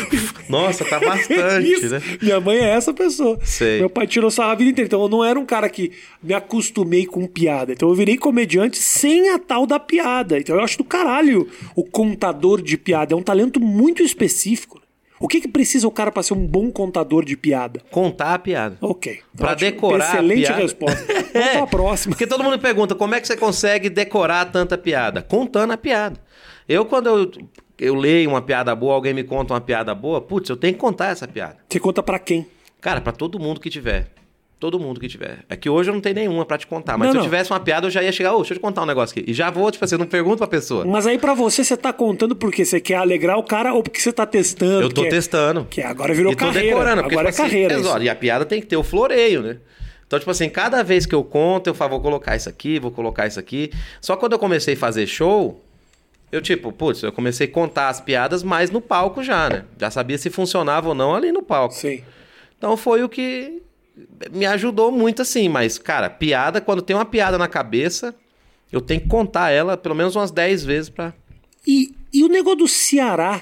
[SPEAKER 2] Nossa, tá bastante,
[SPEAKER 1] Isso.
[SPEAKER 2] né?
[SPEAKER 1] Minha mãe é essa pessoa.
[SPEAKER 2] Sei.
[SPEAKER 1] Meu pai tirou sarro a vida inteira. Então eu não era um cara que me acostumei com piada. Então eu virei comediante sem a tal da piada. Então eu acho do caralho o contador de piada. É um talento muito específico. O que, que precisa o cara pra ser um bom contador de piada?
[SPEAKER 2] Contar a piada.
[SPEAKER 1] Ok.
[SPEAKER 2] Pra
[SPEAKER 1] Ótimo.
[SPEAKER 2] decorar a
[SPEAKER 1] Excelente
[SPEAKER 2] piada. [LAUGHS]
[SPEAKER 1] resposta. Vamos pra próxima.
[SPEAKER 2] Porque todo mundo me pergunta, como é que você consegue decorar tanta piada? Contando a piada. Eu, quando eu, eu leio uma piada boa, alguém me conta uma piada boa, putz, eu tenho que contar essa piada.
[SPEAKER 1] Você conta pra quem?
[SPEAKER 2] Cara, pra todo mundo que tiver. Todo mundo que tiver. É que hoje eu não tenho nenhuma pra te contar, mas
[SPEAKER 1] Não,
[SPEAKER 2] se eu
[SPEAKER 1] não.
[SPEAKER 2] tivesse uma piada, eu já ia chegar, ô, deixa eu te contar um negócio aqui. E já vou, tipo assim, eu não pergunto pra pessoa.
[SPEAKER 1] Mas aí pra você, você tá contando porque você quer alegrar o cara ou porque você tá testando?
[SPEAKER 2] Eu tô
[SPEAKER 1] que é-
[SPEAKER 2] testando.
[SPEAKER 1] Que agora virou
[SPEAKER 2] e tô
[SPEAKER 1] carreira.
[SPEAKER 2] decorando, porque,
[SPEAKER 1] agora
[SPEAKER 2] tipo
[SPEAKER 1] é
[SPEAKER 2] assim,
[SPEAKER 1] carreira. isso.
[SPEAKER 2] exato. E a piada tem que ter o floreio, né? Então, tipo assim, cada vez que eu conto, eu falo, vou colocar isso aqui, vou colocar isso aqui. Só quando eu comecei a fazer show, eu tipo, putz, eu comecei a contar as piadas mais no palco já, né? Já sabia se funcionava ou não ali no palco.
[SPEAKER 1] Sim.
[SPEAKER 2] Então foi o que me ajudou muito assim, mas cara, piada, quando tem uma piada na cabeça, eu tenho que contar ela pelo menos umas 10 vezes pra...
[SPEAKER 1] E, e o negócio do Ceará?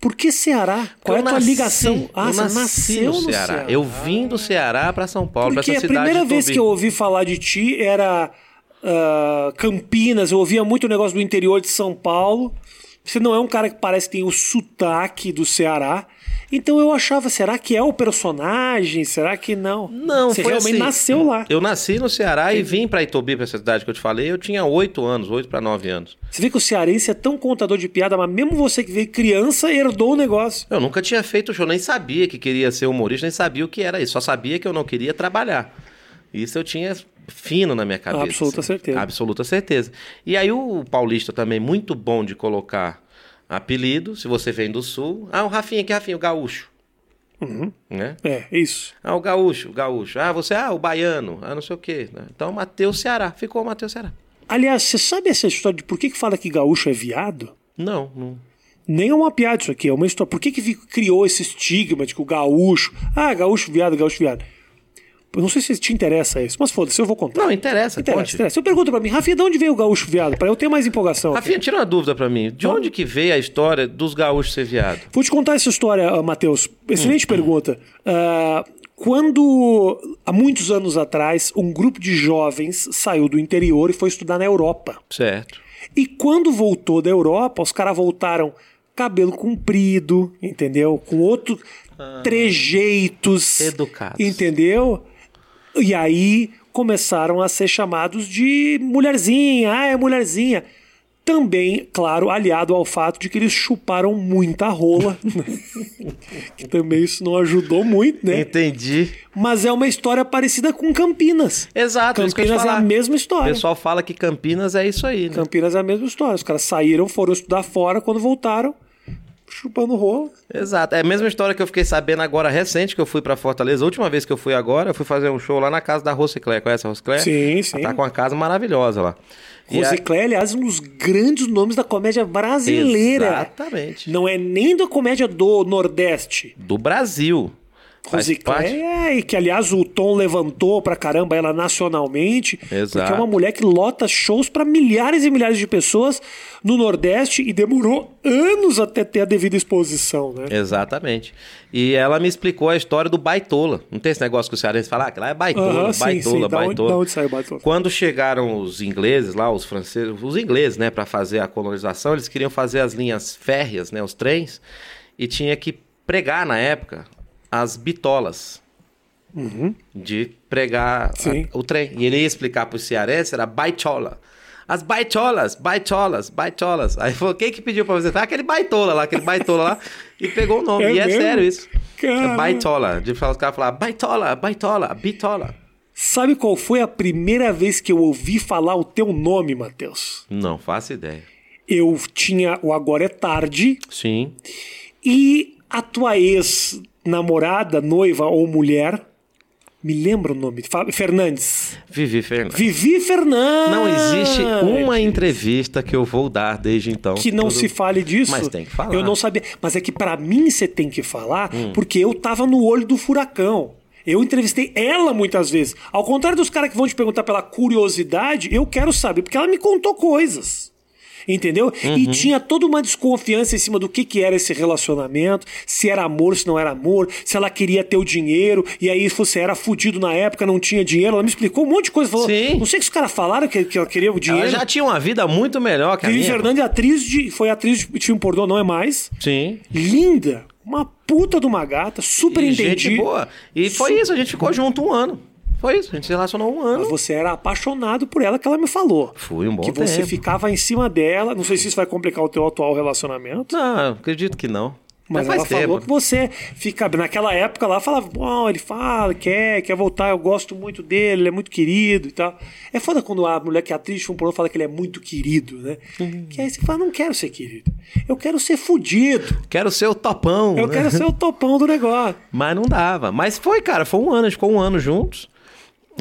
[SPEAKER 1] Por que Ceará? Qual é a
[SPEAKER 2] Eu
[SPEAKER 1] tua
[SPEAKER 2] nasci-
[SPEAKER 1] ligação? Ah,
[SPEAKER 2] eu
[SPEAKER 1] você
[SPEAKER 2] nasci
[SPEAKER 1] nasceu no Ceará.
[SPEAKER 2] Eu vim do Ceará pra São Paulo,
[SPEAKER 1] Porque é
[SPEAKER 2] pra
[SPEAKER 1] a
[SPEAKER 2] essa cidade
[SPEAKER 1] primeira vez
[SPEAKER 2] Tubi.
[SPEAKER 1] que eu ouvi falar de ti era ah, Campinas, eu ouvia muito o negócio do interior de São Paulo. Você não é um cara que parece que tem o sotaque do Ceará. Então eu achava, será que é o personagem? Será que não?
[SPEAKER 2] Não,
[SPEAKER 1] Você
[SPEAKER 2] foi
[SPEAKER 1] realmente
[SPEAKER 2] assim.
[SPEAKER 1] nasceu lá.
[SPEAKER 2] Eu nasci no Ceará e vim pra Itobi, pra essa cidade que eu te falei, eu tinha 8 anos, 8 pra 9 anos.
[SPEAKER 1] Você vê que o cearense é tão contador de piada, mas mesmo você que veio criança herdou o negócio.
[SPEAKER 2] Eu nunca tinha feito show, nem sabia que queria ser humorista, nem sabia o que era isso. Só sabia que eu não queria trabalhar. Isso eu tinha fino na minha cabeça. assim.
[SPEAKER 1] Absoluta certeza.
[SPEAKER 2] Absoluta certeza. E aí o paulista também, muito bom de colocar apelido, se você vem do sul. Ah, o Rafinha, que Rafinha, o gaúcho. Né?
[SPEAKER 1] É, isso.
[SPEAKER 2] Ah, o gaúcho, o gaúcho. Ah, você, ah, o baiano, ah, não sei o quê. né? Então, Matheus Ceará. Ficou Matheus Ceará.
[SPEAKER 1] Aliás, você sabe essa história de por que, que fala que gaúcho é viado?
[SPEAKER 2] Não, não.
[SPEAKER 1] Nem é uma piada isso aqui, é uma história. Por que, que vi- criou esse estigma de que o gaúcho. Ah, gaúcho viado, gaúcho viado. Eu não sei se te interessa isso, mas foda-se, eu vou contar.
[SPEAKER 2] Não, interessa,
[SPEAKER 1] interessa,
[SPEAKER 2] Tá, conte.
[SPEAKER 1] interessa. Eu pergunto pra mim, Rafinha, de onde veio o gaúcho viado? Pra eu ter mais empolgação.
[SPEAKER 2] Rafinha, tira uma dúvida pra mim. De onde que veio a história dos gaúchos ser viado?
[SPEAKER 1] Vou te contar essa história, ah, Matheus.
[SPEAKER 2] Hum.
[SPEAKER 1] Excelente pergunta. Ah, quando, há muitos anos atrás, um grupo de jovens saiu do interior e foi estudar na Europa.
[SPEAKER 2] Certo.
[SPEAKER 1] E quando voltou da Europa, os caras voltaram cabelo comprido, entendeu? Com outro trejeitos.
[SPEAKER 2] Educados.
[SPEAKER 1] Entendeu? E aí começaram a ser chamados de mulherzinha, ah, é mulherzinha. Também, claro, aliado ao fato de que eles chuparam muita rola. né? [LAUGHS] que também isso não ajudou muito, né?
[SPEAKER 2] Entendi.
[SPEAKER 1] Mas é uma história parecida com Campinas.
[SPEAKER 2] Exato, isso que eu ia te
[SPEAKER 1] Campinas é a
[SPEAKER 2] falar.
[SPEAKER 1] mesma
[SPEAKER 2] O
[SPEAKER 1] história.
[SPEAKER 2] pessoal fala que Campinas é isso aí, né?
[SPEAKER 1] Campinas é a mesma história. Os caras saíram, foram estudar fora, quando voltaram, chupando rolo.
[SPEAKER 2] Exato. É a mesma história que eu fiquei sabendo agora recente que eu fui pra Fortaleza. A última vez que eu fui agora, eu fui fazer um show lá na casa da Rosicler. Conhece a Rosicler?
[SPEAKER 1] Sim, sim.
[SPEAKER 2] Ela tá com uma casa maravilhosa lá. E a-
[SPEAKER 1] Rosiclé, aliás, um dos grandes nomes da comédia brasileira.
[SPEAKER 2] Exatamente.
[SPEAKER 1] Não é nem da comédia do Nordeste.
[SPEAKER 2] Do Brasil. Faz parte-
[SPEAKER 1] Rosiclé, é, e que aliás o Tom levantou pra caramba ela nacionalmente.
[SPEAKER 2] Exato.
[SPEAKER 1] Porque é uma mulher que lota shows pra milhares e milhares de pessoas no Nordeste e demorou anos até ter a devida exposição,
[SPEAKER 2] É.
[SPEAKER 1] né?
[SPEAKER 2] Exatamente. E ela me explicou a história do baitola. Não tem esse negócio que o cearense fala, ah, que lá é baitola,
[SPEAKER 1] Aham, sim,
[SPEAKER 2] baitola,
[SPEAKER 1] sim. Da onde-
[SPEAKER 2] baitola.
[SPEAKER 1] da onde saiu baitola?
[SPEAKER 2] Quando chegaram os ingleses lá, os franceses, os ingleses, né, para fazer a colonização, eles queriam fazer as linhas férreas, né, os trens, e tinha que pregar na época as bitolas. De pregar a-
[SPEAKER 1] Sim.
[SPEAKER 2] o trem. E ele ia explicar pro cearense, era baitola. As baitolas, baitolas, baitolas. Aí falou, quem que pediu pra você? Ah, aquele baitola lá, aquele baitola lá. E pegou o nome
[SPEAKER 1] É
[SPEAKER 2] e é
[SPEAKER 1] mesmo?
[SPEAKER 2] sério isso.
[SPEAKER 1] Caramba.
[SPEAKER 2] É baitola. De falar, os caras falar baitola, baitola, bitola.
[SPEAKER 1] Sabe qual foi a primeira vez que eu ouvi falar o teu nome, Matheus?
[SPEAKER 2] Não faço ideia.
[SPEAKER 1] Eu tinha o Agora é Tarde
[SPEAKER 2] Sim.
[SPEAKER 1] e a tua ex-namorada, noiva ou mulher, me lembra o nome, Fa- Fernandes.
[SPEAKER 2] Vivi Fernandes.
[SPEAKER 1] Vivi Fernandes!
[SPEAKER 2] Não existe uma entrevista que eu vou dar desde então.
[SPEAKER 1] Ah, Que não
[SPEAKER 2] Tudo-
[SPEAKER 1] se fale disso.
[SPEAKER 2] Mas tem que falar. Hum.
[SPEAKER 1] Eu não sabia. Mas é que pra mim você tem que falar, porque eu tava no olho do furacão. Eu entrevistei ela muitas vezes. Ao contrário dos caras que vão te perguntar pela curiosidade, eu quero saber, porque ela me contou coisas. Entendeu? E
[SPEAKER 2] Uhum.
[SPEAKER 1] tinha toda uma desconfiança em cima do que, que era esse relacionamento, se era amor, se não era amor, se ela queria ter o dinheiro, e aí você era fudido na época, não tinha dinheiro. Ela me explicou um monte de coisa. Falou,
[SPEAKER 2] Sim.
[SPEAKER 1] Não sei o que os caras falaram que, que ela queria o dinheiro.
[SPEAKER 2] Ela já tinha uma vida muito melhor que a
[SPEAKER 1] Vivi
[SPEAKER 2] minha.
[SPEAKER 1] Fernandes, é atriz de, foi atriz de filme pornô, não é mais.
[SPEAKER 2] Sim.
[SPEAKER 1] Linda, uma puta de uma gata, super
[SPEAKER 2] E
[SPEAKER 1] entendi.
[SPEAKER 2] gente boa. E foi isso, a gente ficou junto um ano. Foi isso, a gente se relacionou um ano.
[SPEAKER 1] Mas você era apaixonado por ela, que ela me falou.
[SPEAKER 2] Fui um bom
[SPEAKER 1] Que você
[SPEAKER 2] tempo.
[SPEAKER 1] ficava em cima dela. Não sei se isso vai complicar o teu atual relacionamento.
[SPEAKER 2] Não, acredito que não.
[SPEAKER 1] Mas ela
[SPEAKER 2] faz
[SPEAKER 1] falou
[SPEAKER 2] tempo.
[SPEAKER 1] que você fica. Naquela época lá falava, bom, ele fala, quer, quer voltar, eu gosto muito dele, ele é muito querido e tal. É foda quando a mulher que é atriz um pornô fala que ele é muito querido, né?
[SPEAKER 2] Uhum.
[SPEAKER 1] Que aí você fala, não quero ser querido. Eu quero ser fudido.
[SPEAKER 2] Quero ser o topão.
[SPEAKER 1] Eu
[SPEAKER 2] né?
[SPEAKER 1] quero ser o topão do negócio.
[SPEAKER 2] Mas não dava. Mas foi, cara, foi um ano, a gente ficou um ano juntos.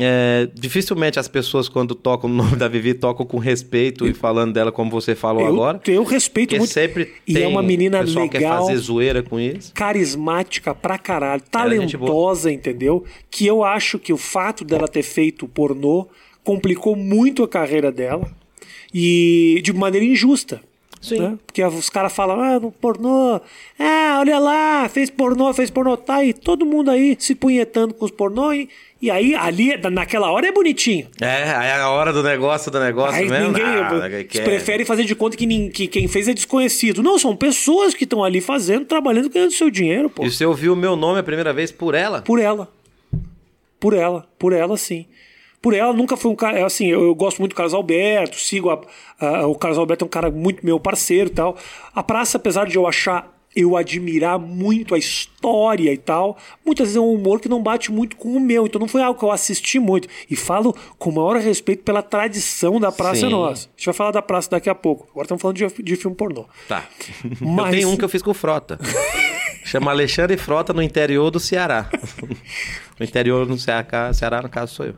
[SPEAKER 2] É, dificilmente as pessoas, quando tocam o nome da Vivi, tocam com respeito e falando dela como você falou
[SPEAKER 1] Eu,
[SPEAKER 2] agora.
[SPEAKER 1] eu respeito
[SPEAKER 2] Porque
[SPEAKER 1] muito.
[SPEAKER 2] sempre
[SPEAKER 1] e
[SPEAKER 2] tem
[SPEAKER 1] é uma menina
[SPEAKER 2] pessoal que quer
[SPEAKER 1] legal.
[SPEAKER 2] fazer zoeira com isso.
[SPEAKER 1] carismática pra caralho,
[SPEAKER 2] Ela é gente
[SPEAKER 1] talentosa, entendeu? Que eu acho que o fato dela ter feito pornô complicou muito a carreira dela e de maneira injusta.
[SPEAKER 2] Sim.
[SPEAKER 1] né? Porque os caras falam, ah, no pornô, ah, olha lá, fez pornô, fez pornô, tá aí, todo mundo aí se punhetando com os pornô, e, e aí, ali, naquela hora é bonitinho.
[SPEAKER 2] É, aí é a hora do negócio do negócio
[SPEAKER 1] Aí
[SPEAKER 2] mesmo.
[SPEAKER 1] ninguém
[SPEAKER 2] Ah, que
[SPEAKER 1] eles
[SPEAKER 2] é-
[SPEAKER 1] preferem fazer de conta que, nin- que quem fez é desconhecido. Não, são pessoas que estão ali fazendo, trabalhando, ganhando seu dinheiro, pô.
[SPEAKER 2] E você ouviu o meu nome a primeira vez por ela?
[SPEAKER 1] Por ela. Por ela. Por ela, sim. Por ela, nunca foi um cara. é Assim, eu, eu gosto muito do Carlos Alberto, sigo. a- a- o Carlos Alberto é um cara muito meu parceiro e tal. A praça, apesar de eu achar. Eu admirar muito a história e tal. Muitas vezes é um humor que não bate muito com o meu, então não foi algo que eu assisti muito. E falo com o maior respeito pela tradição da Praça
[SPEAKER 2] Sim.
[SPEAKER 1] Nossa. A gente vai falar da Praça daqui a pouco. Agora estamos falando de, de filme pornô.
[SPEAKER 2] Tá.
[SPEAKER 1] Mas-
[SPEAKER 2] Eu tenho um que eu fiz com o Frota.
[SPEAKER 1] [LAUGHS]
[SPEAKER 2] Chama Alexandre Frota no interior
[SPEAKER 1] [LAUGHS]
[SPEAKER 2] do Ceará. no interior do Ceará, Ceará, no caso, sou eu.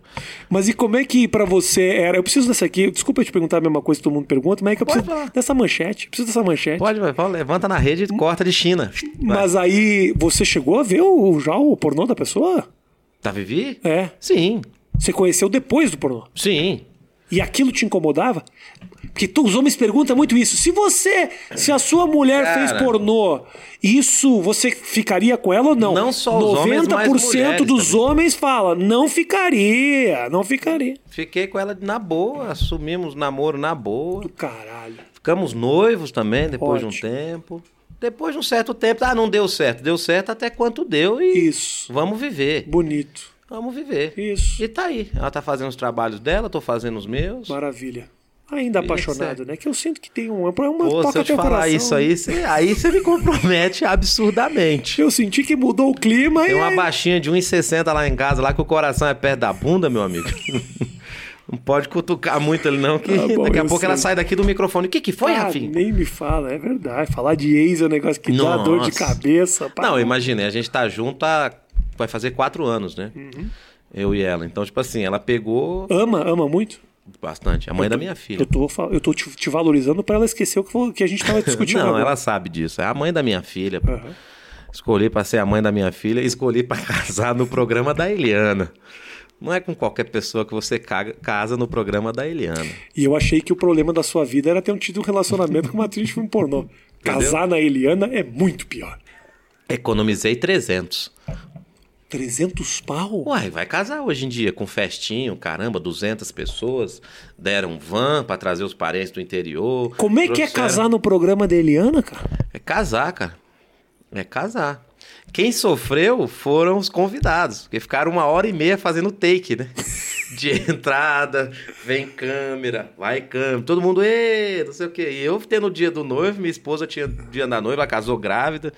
[SPEAKER 1] Mas e como é que pra você era? Eu preciso dessa aqui. Desculpa eu te perguntar a mesma coisa que todo mundo pergunta, mas é que eu
[SPEAKER 2] Pode
[SPEAKER 1] preciso
[SPEAKER 2] falar.
[SPEAKER 1] dessa manchete. Preciso dessa manchete.
[SPEAKER 2] Pode, vai, Paulo, levanta na rede e corta de China. Vai.
[SPEAKER 1] Mas aí você chegou a ver o, já o pornô da pessoa?
[SPEAKER 2] Tá Vivi?
[SPEAKER 1] É.
[SPEAKER 2] Sim,
[SPEAKER 1] Você conheceu depois do pornô.
[SPEAKER 2] sim.
[SPEAKER 1] E aquilo te incomodava? Porque tu- os homens perguntam muito isso. Se você, se a sua mulher
[SPEAKER 2] Cara.
[SPEAKER 1] fez pornô, isso você ficaria com ela ou não?
[SPEAKER 2] Não só os homens, mas mulheres
[SPEAKER 1] dos
[SPEAKER 2] também.
[SPEAKER 1] homens fala, não ficaria, não ficaria.
[SPEAKER 2] Fiquei com ela na boa, assumimos namoro na boa.
[SPEAKER 1] Caralho.
[SPEAKER 2] Ficamos noivos também, depois de um
[SPEAKER 1] Ótimo.
[SPEAKER 2] tempo. Depois de um certo tempo, ah, não deu certo. Deu certo até quanto deu e
[SPEAKER 1] Isso.
[SPEAKER 2] vamos viver.
[SPEAKER 1] Bonito.
[SPEAKER 2] Vamos viver.
[SPEAKER 1] Isso.
[SPEAKER 2] E tá aí. Ela tá fazendo os trabalhos dela, eu tô fazendo os meus.
[SPEAKER 1] Maravilha. Ainda
[SPEAKER 2] Isso,
[SPEAKER 1] apaixonado,
[SPEAKER 2] é.
[SPEAKER 1] né? Que eu sinto que tem um. É uma
[SPEAKER 2] Pô,
[SPEAKER 1] toca
[SPEAKER 2] se eu te
[SPEAKER 1] teu
[SPEAKER 2] falar
[SPEAKER 1] coração.
[SPEAKER 2] isso aí, cê- aí você me compromete absurdamente.
[SPEAKER 1] Eu senti que mudou o clima
[SPEAKER 2] Tem
[SPEAKER 1] e.
[SPEAKER 2] uma
[SPEAKER 1] aí-
[SPEAKER 2] baixinha de 1,60 lá em casa, lá que o coração é perto da bunda,
[SPEAKER 1] [LAUGHS]
[SPEAKER 2] meu amigo. Não pode cutucar muito ele, não, que
[SPEAKER 1] Tá bom,
[SPEAKER 2] daqui a
[SPEAKER 1] eu
[SPEAKER 2] pouco ela
[SPEAKER 1] sei.
[SPEAKER 2] sai daqui do microfone. O que, que foi,
[SPEAKER 1] Ah,
[SPEAKER 2] Rafinha?
[SPEAKER 1] Nem me fala, é verdade. Falar de ex é um negócio que dá
[SPEAKER 2] Nossa.
[SPEAKER 1] dor de cabeça. pá.
[SPEAKER 2] Não, imaginei, a gente tá junto há. Vai fazer quatro anos, né?
[SPEAKER 1] Uhum.
[SPEAKER 2] Eu e ela. Então, tipo assim, ela pegou
[SPEAKER 1] Ama, ama muito?
[SPEAKER 2] bastante. A mãe da minha filha.
[SPEAKER 1] Eu tô, fa- eu tô te, te valorizando pra ela esquecer o que, foi- que a gente
[SPEAKER 2] [LAUGHS]
[SPEAKER 1] tava discutindo.
[SPEAKER 2] Não,
[SPEAKER 1] agora.
[SPEAKER 2] ela sabe disso. É a mãe da minha filha. pô.
[SPEAKER 1] Aham.
[SPEAKER 2] Escolhi pra ser a mãe da minha filha, e escolhi pra [LAUGHS] casar no programa da Eliana. Não é com qualquer pessoa que você caga- casa no programa da Eliana.
[SPEAKER 1] E eu achei que o problema da sua vida era ter um tido um relacionamento com uma atriz de filme pornô. Casar na Eliana é muito pior.
[SPEAKER 2] Economizei 300.
[SPEAKER 1] 300 pau?
[SPEAKER 2] Uai, vai casar hoje em dia com festinho, caramba, 200 pessoas. Deram van pra trazer os parentes do interior.
[SPEAKER 1] Como é que é
[SPEAKER 2] trouxeram-
[SPEAKER 1] casar no programa da Eliana, cara?
[SPEAKER 2] É casar, cara. É casar. Quem sofreu foram os convidados, porque ficaram uma hora e meia fazendo take, né? [LAUGHS] De entrada, vem câmera, vai câmera, todo mundo, ê, não sei o quê. E eu tendo o dia do noivo, minha esposa tinha dia da noiva, ela casou grávida.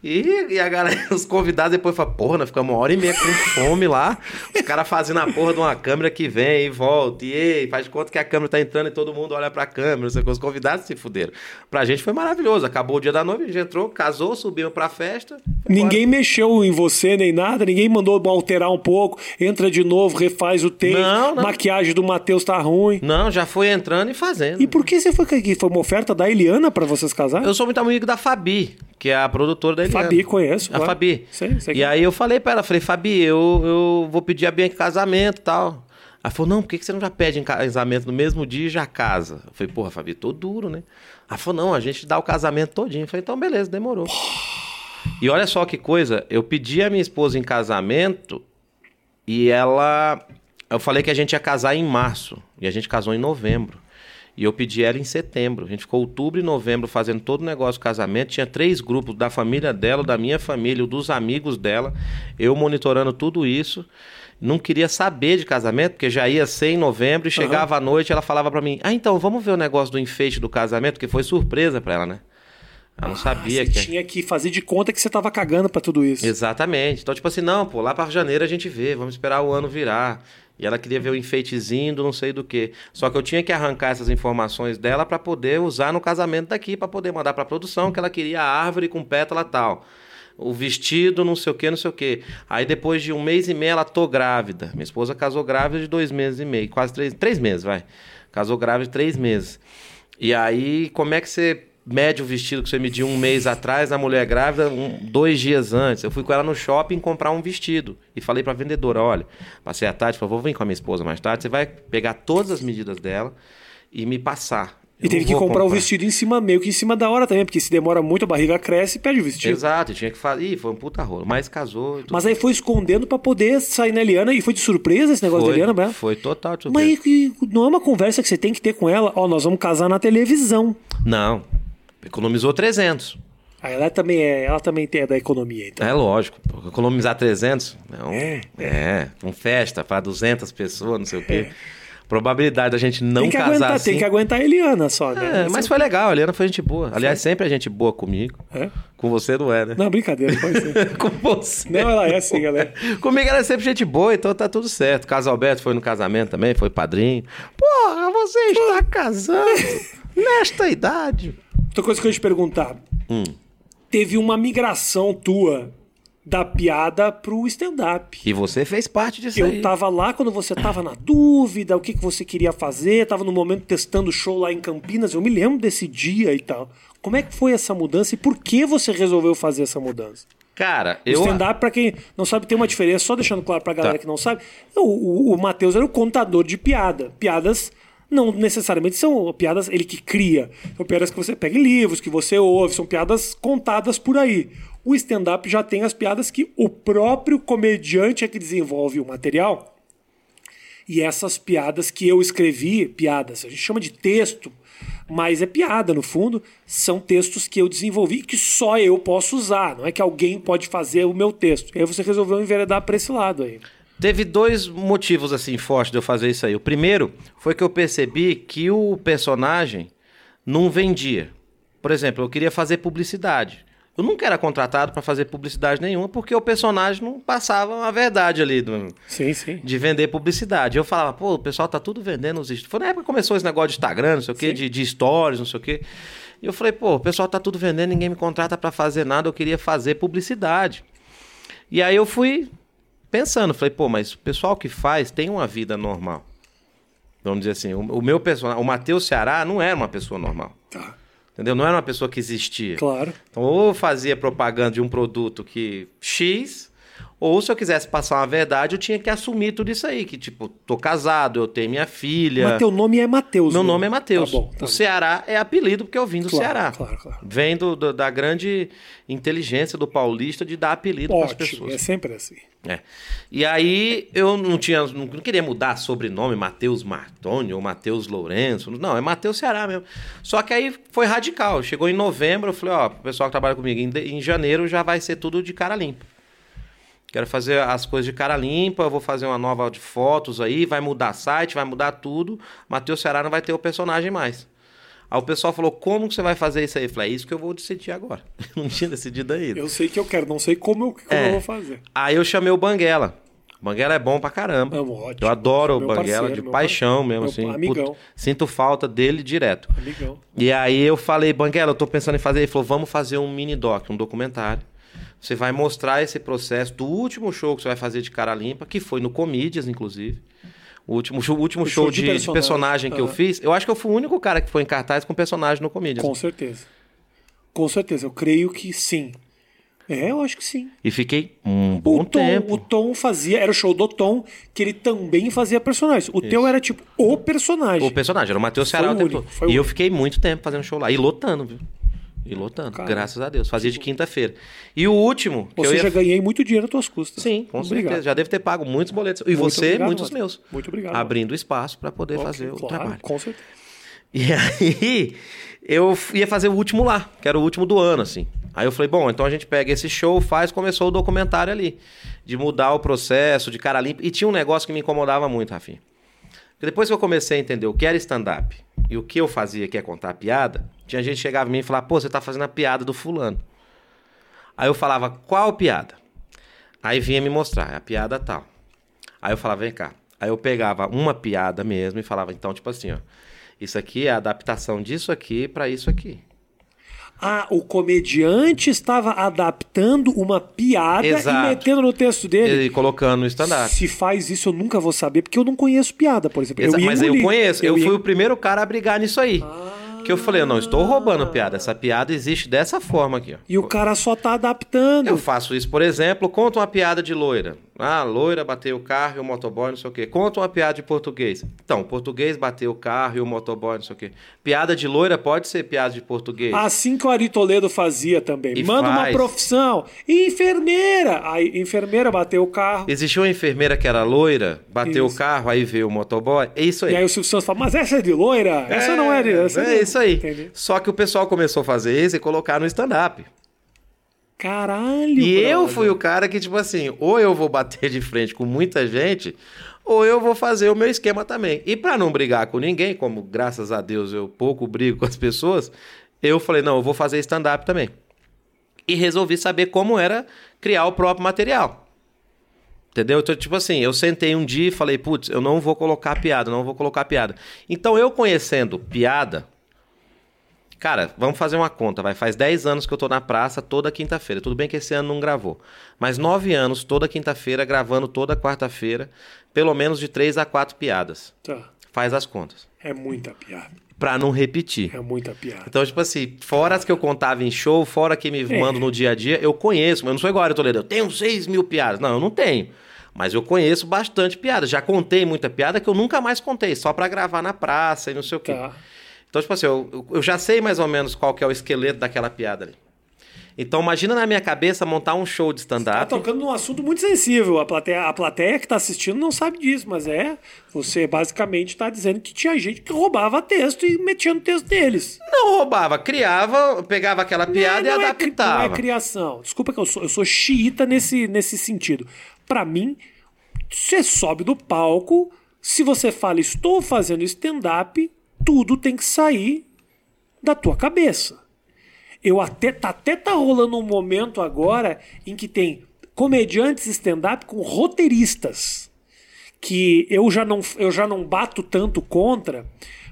[SPEAKER 2] E, e a galera, [LAUGHS] os convidados depois falam, porra, nós ficamos uma hora e meia com fome lá. Os caras fazendo a porra de uma câmera que vem e volta, e ei, faz de conta que a câmera tá entrando e todo mundo olha pra câmera, não sei o quê. Os convidados se fuderam. Pra gente foi maravilhoso. Acabou o dia da noiva, a gente entrou, casou, subimos pra festa.
[SPEAKER 1] Ninguém mexeu em você nem nada, ninguém mandou alterar um pouco, entra de novo, refaz o take,
[SPEAKER 2] Não, não.
[SPEAKER 1] maquiagem do Matheus tá ruim.
[SPEAKER 2] Não, já foi entrando e fazendo.
[SPEAKER 1] E por que você foi aqui? Foi uma oferta da Eliana pra vocês casarem?
[SPEAKER 2] Eu sou muito amigo da Fabi, que é a produtora da Eliana.
[SPEAKER 1] Fabi, conheço,
[SPEAKER 2] A
[SPEAKER 1] claro.
[SPEAKER 2] Fabi.
[SPEAKER 1] Sei, sei é. que-
[SPEAKER 2] E aí eu falei pra ela, falei, Fabi, eu, eu vou pedir a Bianca em casamento e tal. Ela falou, não, por que que você não já pede em casamento no mesmo dia e já casa? Eu falei, porra, Fabi, tô duro, né? Ela falou, não, a gente dá o casamento todinho. Eu falei, então beleza, demorou. E olha só que coisa, eu pedi a minha esposa em casamento e ela. Eu falei que a gente ia casar em março. E a gente casou em novembro. E eu pedi ela em setembro. A gente ficou outubro e novembro fazendo todo o negócio do casamento. Tinha três grupos, da família dela, da minha família, dos amigos dela. Eu monitorando tudo isso. Não queria saber de casamento, porque já ia ser em novembro. E chegava à noite, ela falava pra mim: Ah, então, vamos ver o negócio do enfeite do casamento, que foi surpresa pra ela, né? Ela não sabia
[SPEAKER 1] você
[SPEAKER 2] que.
[SPEAKER 1] tinha que fazer de conta que você tava cagando pra tudo isso.
[SPEAKER 2] Exatamente. Então, tipo assim, não, pô, lá pra janeiro a gente vê, vamos esperar o ano virar. E ela queria ver o enfeitezinho do não sei do que. Só que eu tinha que arrancar essas informações dela pra poder usar no casamento daqui, pra poder mandar pra produção que ela queria a árvore com pétala tal. O vestido, não sei o que, não sei o que. Aí depois de um mês e meio ela tô grávida. Minha esposa casou grávida de dois meses e meio, quase três, três meses, vai. Casou grávida de três meses. E aí, como é que você mede o vestido que você mediu um mês atrás na mulher grávida, um- dois dias antes. Eu fui com ela no shopping comprar um vestido e falei pra vendedora, olha, passei a tarde, falei, vou vir com a minha esposa mais tarde, você vai pegar todas as medidas dela e me passar. Eu
[SPEAKER 1] E teve
[SPEAKER 2] não
[SPEAKER 1] que
[SPEAKER 2] vou
[SPEAKER 1] comprar, o vestido em cima, meio que em cima da hora também, porque se demora muito, a barriga cresce e perde o vestido.
[SPEAKER 2] Exato, tinha que fazer. Ih, foi um puta rolo, mas casou. e tudo.
[SPEAKER 1] Mas aí foi escondendo pra poder sair na Eliana e foi de surpresa esse negócio
[SPEAKER 2] foi,
[SPEAKER 1] da Eliana, né?
[SPEAKER 2] Foi total. de
[SPEAKER 1] Mas
[SPEAKER 2] surpresa.
[SPEAKER 1] aí que- não é uma conversa que você tem que ter com ela, ó, nós vamos casar na televisão.
[SPEAKER 2] Não, economizou 300.
[SPEAKER 1] Aí ela também é, ela também é da economia, então.
[SPEAKER 2] É lógico, pô, economizar 300, não.
[SPEAKER 1] É,
[SPEAKER 2] É, com festa para 200 pessoas, não sei o quê. Probabilidade da gente
[SPEAKER 1] É.
[SPEAKER 2] não
[SPEAKER 1] tem que
[SPEAKER 2] casar
[SPEAKER 1] aguentar,
[SPEAKER 2] assim.
[SPEAKER 1] tem que aguentar a Eliana só, né?
[SPEAKER 2] É, mas foi legal, a Eliana foi gente boa. Aliás, sempre a gente boa comigo.
[SPEAKER 1] É?
[SPEAKER 2] Com você não é, né?
[SPEAKER 1] Não, brincadeira, pode ser.
[SPEAKER 2] [LAUGHS] com você.
[SPEAKER 1] Não, ela é assim, galera.
[SPEAKER 2] Comigo ela é sempre gente boa, então tá tudo certo. Caso Alberto foi no casamento também, foi padrinho. Porra, você está casando nesta idade.
[SPEAKER 1] Outra coisa que eu ia te perguntar.
[SPEAKER 2] Hum.
[SPEAKER 1] Teve uma migração tua da piada pro stand-up.
[SPEAKER 2] E você fez parte disso aí.
[SPEAKER 1] Eu tava lá quando você tava na dúvida, o que, que você queria fazer, tava no momento testando o show lá em Campinas, eu me lembro desse dia e tal. Como é que foi essa mudança e por que você resolveu fazer essa mudança?
[SPEAKER 2] Cara,
[SPEAKER 1] O
[SPEAKER 2] eu...
[SPEAKER 1] stand-up, pra quem não sabe, tem uma diferença, só deixando claro pra galera
[SPEAKER 2] Tá.
[SPEAKER 1] que não sabe, o, o, o Matheus era o contador de piada. Piadas não necessariamente são piadas ele que cria. São piadas que você pega em livros, que você ouve, são piadas contadas por aí. O stand-up já tem as piadas que o próprio comediante é que desenvolve o material. E essas piadas que eu escrevi, piadas, a gente chama de texto, mas é piada no fundo, são textos que eu desenvolvi e que só eu posso usar, não é que alguém pode fazer o meu texto. E aí você resolveu enveredar para esse lado aí.
[SPEAKER 2] Teve dois motivos, assim, fortes de eu fazer isso aí. O primeiro foi que eu percebi que o personagem não vendia. Por exemplo, eu queria fazer publicidade. Eu nunca era contratado para fazer publicidade nenhuma, porque o personagem não passava a verdade ali do-
[SPEAKER 1] Sim, sim.
[SPEAKER 2] de vender publicidade. Eu falava, pô, o pessoal tá tudo vendendo os... stories. Foi na época que começou esse negócio de Instagram, não sei o quê, de, de stories, não sei o quê. E eu falei, pô, o pessoal tá tudo vendendo, ninguém me contrata para fazer nada, eu queria fazer publicidade. E aí eu fui pensando, falei, pô, mas o pessoal que faz tem uma vida normal. Vamos dizer assim, o, o meu personagem, o Matheus Ceará não era uma pessoa normal.
[SPEAKER 1] Tá.
[SPEAKER 2] Entendeu? Não era uma pessoa que existia.
[SPEAKER 1] Claro.
[SPEAKER 2] Então, ou fazia propaganda de um produto que X, ou se eu quisesse passar uma verdade, eu tinha que assumir tudo isso aí. Que, tipo, tô casado, eu tenho minha filha.
[SPEAKER 1] Mas teu nome é Matheus.
[SPEAKER 2] Meu
[SPEAKER 1] né?
[SPEAKER 2] nome é Matheus.
[SPEAKER 1] Tá bom. Tá
[SPEAKER 2] o Ceará é apelido porque eu vim do
[SPEAKER 1] Claro,
[SPEAKER 2] Ceará.
[SPEAKER 1] claro, claro.
[SPEAKER 2] Vem do- do- da grande inteligência do paulista de dar apelido para as
[SPEAKER 1] Ótimo,
[SPEAKER 2] pessoas.
[SPEAKER 1] é sempre assim.
[SPEAKER 2] É. E aí eu não tinha, não queria mudar sobrenome, Matheus Martoni ou Matheus Lourenço. Não, é Matheus Ceará mesmo. Só que aí foi radical. Chegou em novembro, eu falei, ó, pro pessoal que trabalha comigo, em, de- em janeiro já vai ser tudo de cara limpa. Quero fazer as coisas de cara limpa, eu vou fazer uma nova de fotos aí, vai mudar site, vai mudar tudo. Matheus Ceará não vai ter o personagem mais. Aí o pessoal falou, como que você vai fazer isso aí? Eu falei, é isso que eu vou decidir agora. [LAUGHS] não tinha decidido ainda.
[SPEAKER 1] Eu sei que eu quero, não sei como eu, como
[SPEAKER 2] É.
[SPEAKER 1] eu vou fazer.
[SPEAKER 2] Aí eu chamei o Banguela. O Banguela é bom pra caramba.
[SPEAKER 1] É um ótimo.
[SPEAKER 2] Eu adoro o
[SPEAKER 1] Meu
[SPEAKER 2] Banguela,
[SPEAKER 1] parceiro,
[SPEAKER 2] de
[SPEAKER 1] meu
[SPEAKER 2] paixão
[SPEAKER 1] par-
[SPEAKER 2] mesmo,
[SPEAKER 1] meu
[SPEAKER 2] assim.
[SPEAKER 1] par- amigão.
[SPEAKER 2] Puta, sinto falta dele direto.
[SPEAKER 1] Amigão.
[SPEAKER 2] E aí eu falei, Banguela, eu tô pensando em fazer. Ele falou, vamos fazer um mini doc, um documentário. Você vai mostrar esse processo do último show que você vai fazer de cara limpa, que foi no Comídias, inclusive. O último show, o último
[SPEAKER 1] O
[SPEAKER 2] show,
[SPEAKER 1] show de
[SPEAKER 2] de, de personagem,
[SPEAKER 1] personagem.
[SPEAKER 2] que eu
[SPEAKER 1] Aham.
[SPEAKER 2] fiz. Eu acho que eu fui o único cara que foi em cartaz com personagem no Comídias.
[SPEAKER 1] Com certeza. Com certeza, eu creio que sim. É, eu acho que sim.
[SPEAKER 2] E fiquei um bom
[SPEAKER 1] o Tom,
[SPEAKER 2] tempo.
[SPEAKER 1] O Tom fazia, era o show do Tom, que ele também fazia personagens. O teu era tipo o personagem.
[SPEAKER 2] O personagem era o Matheus
[SPEAKER 1] Foi
[SPEAKER 2] Ceará
[SPEAKER 1] o
[SPEAKER 2] o tempo
[SPEAKER 1] único,
[SPEAKER 2] todo.
[SPEAKER 1] foi o
[SPEAKER 2] E eu
[SPEAKER 1] único.
[SPEAKER 2] fiquei muito tempo fazendo show lá. E lotando, viu? E lotando,
[SPEAKER 1] Caramba.
[SPEAKER 2] graças a Deus. Fazia de quinta-feira. E o último, que
[SPEAKER 1] Ou
[SPEAKER 2] eu
[SPEAKER 1] seja,
[SPEAKER 2] ia...
[SPEAKER 1] ganhei muito dinheiro às tuas custas.
[SPEAKER 2] Sim, com
[SPEAKER 1] Obrigado.
[SPEAKER 2] certeza. Já deve ter pago muitos boletos. E
[SPEAKER 1] Muito
[SPEAKER 2] você,
[SPEAKER 1] obrigado,
[SPEAKER 2] muitos
[SPEAKER 1] Matheus.
[SPEAKER 2] meus.
[SPEAKER 1] Muito obrigado.
[SPEAKER 2] Abrindo espaço para poder
[SPEAKER 1] Ok,
[SPEAKER 2] fazer o
[SPEAKER 1] claro,
[SPEAKER 2] trabalho.
[SPEAKER 1] Com certeza.
[SPEAKER 2] E [LAUGHS] aí, eu f- ia fazer o último lá, que era o último do ano, assim. Aí eu falei, bom, então a gente pega esse show, faz, começou o documentário ali. De mudar o processo, de cara limpa. E tinha um negócio que me incomodava muito, Rafinha. Porque depois que eu comecei a entender o que era stand-up E o que eu fazia, que é contar piada, tinha gente que chegava em mim e falava, pô, você tá fazendo a piada do fulano. Aí eu falava, qual piada? Aí vinha me mostrar, a piada tal. Aí eu falava, vem cá. Aí eu pegava uma piada mesmo e falava, então, tipo assim, ó. Isso aqui é a adaptação disso aqui para isso aqui.
[SPEAKER 1] Ah, o comediante estava adaptando uma piada
[SPEAKER 2] Exato.
[SPEAKER 1] e metendo no texto dele.
[SPEAKER 2] E colocando no stand-up.
[SPEAKER 1] Se faz isso, eu nunca vou saber, porque eu não conheço piada, por exemplo.
[SPEAKER 2] Exa-
[SPEAKER 1] ia
[SPEAKER 2] Mas eu
[SPEAKER 1] engolir.
[SPEAKER 2] conheço, eu
[SPEAKER 1] ia-
[SPEAKER 2] fui o primeiro cara a brigar nisso aí. Que eu falei, eu não estou roubando piada, essa piada existe dessa forma aqui, ó.
[SPEAKER 1] E o cara só tá adaptando.
[SPEAKER 2] Eu faço isso, por exemplo, conta uma piada de loira. Ah, loira bateu o carro e o motoboy, não sei o quê. Conta uma piada de português. Então, português bateu o carro e o motoboy, não sei o quê. Piada de loira pode ser piada de português.
[SPEAKER 1] Assim que o Ari Toledo fazia também.
[SPEAKER 2] E
[SPEAKER 1] Manda uma
[SPEAKER 2] faz.
[SPEAKER 1] profissão. Enfermeira. Aí, enfermeira bateu o carro.
[SPEAKER 2] Existiu uma enfermeira que era loira, bateu
[SPEAKER 1] Isso.
[SPEAKER 2] o carro, aí veio o motoboy. É isso aí.
[SPEAKER 1] E aí o Silvio Santos fala, mas essa é de loira? Essa não é de... Essa
[SPEAKER 2] É isso aí.
[SPEAKER 1] Entendi.
[SPEAKER 2] Só que o pessoal começou a fazer isso e colocar no stand-up.
[SPEAKER 1] Caralho,
[SPEAKER 2] E eu
[SPEAKER 1] brother.
[SPEAKER 2] fui o cara que, tipo assim, ou eu vou bater de frente com muita gente, ou eu vou fazer o meu esquema também. E pra não brigar com ninguém, como graças a Deus eu pouco brigo com as pessoas, eu falei, não, eu vou fazer stand-up também. E resolvi saber como era criar o próprio material. Entendeu? Então, tipo assim, eu sentei um dia e falei, putz, eu não vou colocar piada, não vou colocar piada. Então, eu conhecendo piada, Cara, vamos fazer uma conta, vai. Faz 10 anos que eu tô na praça toda quinta-feira. Tudo bem que esse ano não gravou. Mas 9 anos, toda quinta-feira, gravando toda quarta-feira, pelo menos de 3 a 4 piadas.
[SPEAKER 1] Tá.
[SPEAKER 2] Faz as contas.
[SPEAKER 1] É muita piada.
[SPEAKER 2] Pra não repetir.
[SPEAKER 1] É muita piada.
[SPEAKER 2] Então, tipo assim, fora as que eu contava em show, fora que
[SPEAKER 1] É.
[SPEAKER 2] me mando no dia a dia, eu conheço, mas eu não sou igual a Toledo. Eu tenho 6 mil piadas. Não, eu não tenho. Mas eu conheço bastante piada. Já contei muita piada que eu nunca mais contei, só pra gravar na praça e não sei o quê.
[SPEAKER 1] Tá.
[SPEAKER 2] Então, tipo assim, eu, eu já sei mais ou menos qual que é o esqueleto daquela piada ali. Então, imagina na minha cabeça montar um show de
[SPEAKER 1] Tá
[SPEAKER 2] stand-up.
[SPEAKER 1] tocando num assunto muito sensível. A plateia, a plateia que tá assistindo não sabe disso, mas é. Você basicamente tá dizendo que tinha gente que roubava texto e metia no texto deles.
[SPEAKER 2] Não roubava, criava, pegava aquela piada
[SPEAKER 1] Não
[SPEAKER 2] e
[SPEAKER 1] é cri-
[SPEAKER 2] adaptava.
[SPEAKER 1] não é criação. Desculpa que eu sou, eu sou xiita nesse, nesse sentido. Pra mim, você sobe do palco, se você fala estou fazendo stand-up, tudo tem que sair da tua cabeça. Eu até tá, até tá rolando um momento agora em que tem comediantes stand-up com roteiristas que eu já não eu já não bato tanto contra,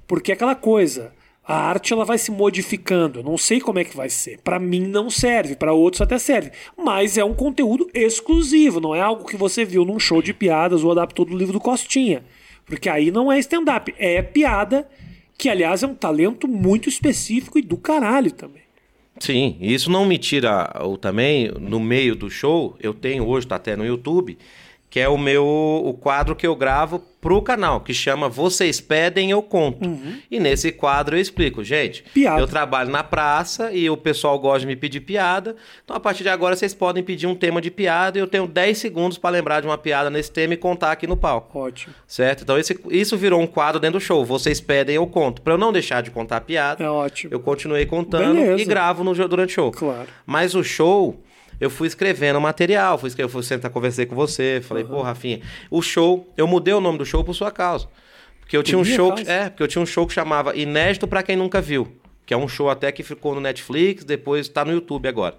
[SPEAKER 1] porque é aquela coisa, a arte ela vai se modificando, eu não sei como é que vai ser. Pra mim não serve, pra outros até serve, mas é um conteúdo exclusivo, não é algo que você viu num show de piadas ou adaptou do livro do Costinha, porque aí não é stand up, é piada, que aliás é um talento muito específico e do caralho também.
[SPEAKER 2] Sim, e isso não me tira ou também no meio do show, eu tenho hoje tá até no YouTube, que é o meu o quadro que eu gravo pro canal, que chama Vocês Pedem eu conto. E nesse quadro eu explico, gente,
[SPEAKER 1] Piada.
[SPEAKER 2] eu trabalho na praça e o pessoal gosta de me pedir piada. Então a partir de agora vocês podem pedir um tema de piada e eu tenho 10 segundos para lembrar de uma piada nesse tema e contar aqui no palco.
[SPEAKER 1] Ótimo.
[SPEAKER 2] Certo? Então esse, isso virou um quadro dentro do show. Vocês pedem, eu conto. Pra eu não deixar de contar piada,
[SPEAKER 1] É ótimo.
[SPEAKER 2] eu continuei contando
[SPEAKER 1] Beleza.
[SPEAKER 2] e gravo no, jo- durante o show.
[SPEAKER 1] Claro.
[SPEAKER 2] Mas o show, eu fui escrevendo material, fui escrevendo, fui sentar, conversei com você, falei, pô, Rafinha, o show, eu mudei o nome do show por sua causa. Porque eu tinha um
[SPEAKER 1] minha
[SPEAKER 2] show, que-
[SPEAKER 1] causa?
[SPEAKER 2] é, porque eu tinha um show que chamava Inédito pra quem nunca viu, que é um show até que ficou no Netflix, depois tá no YouTube agora.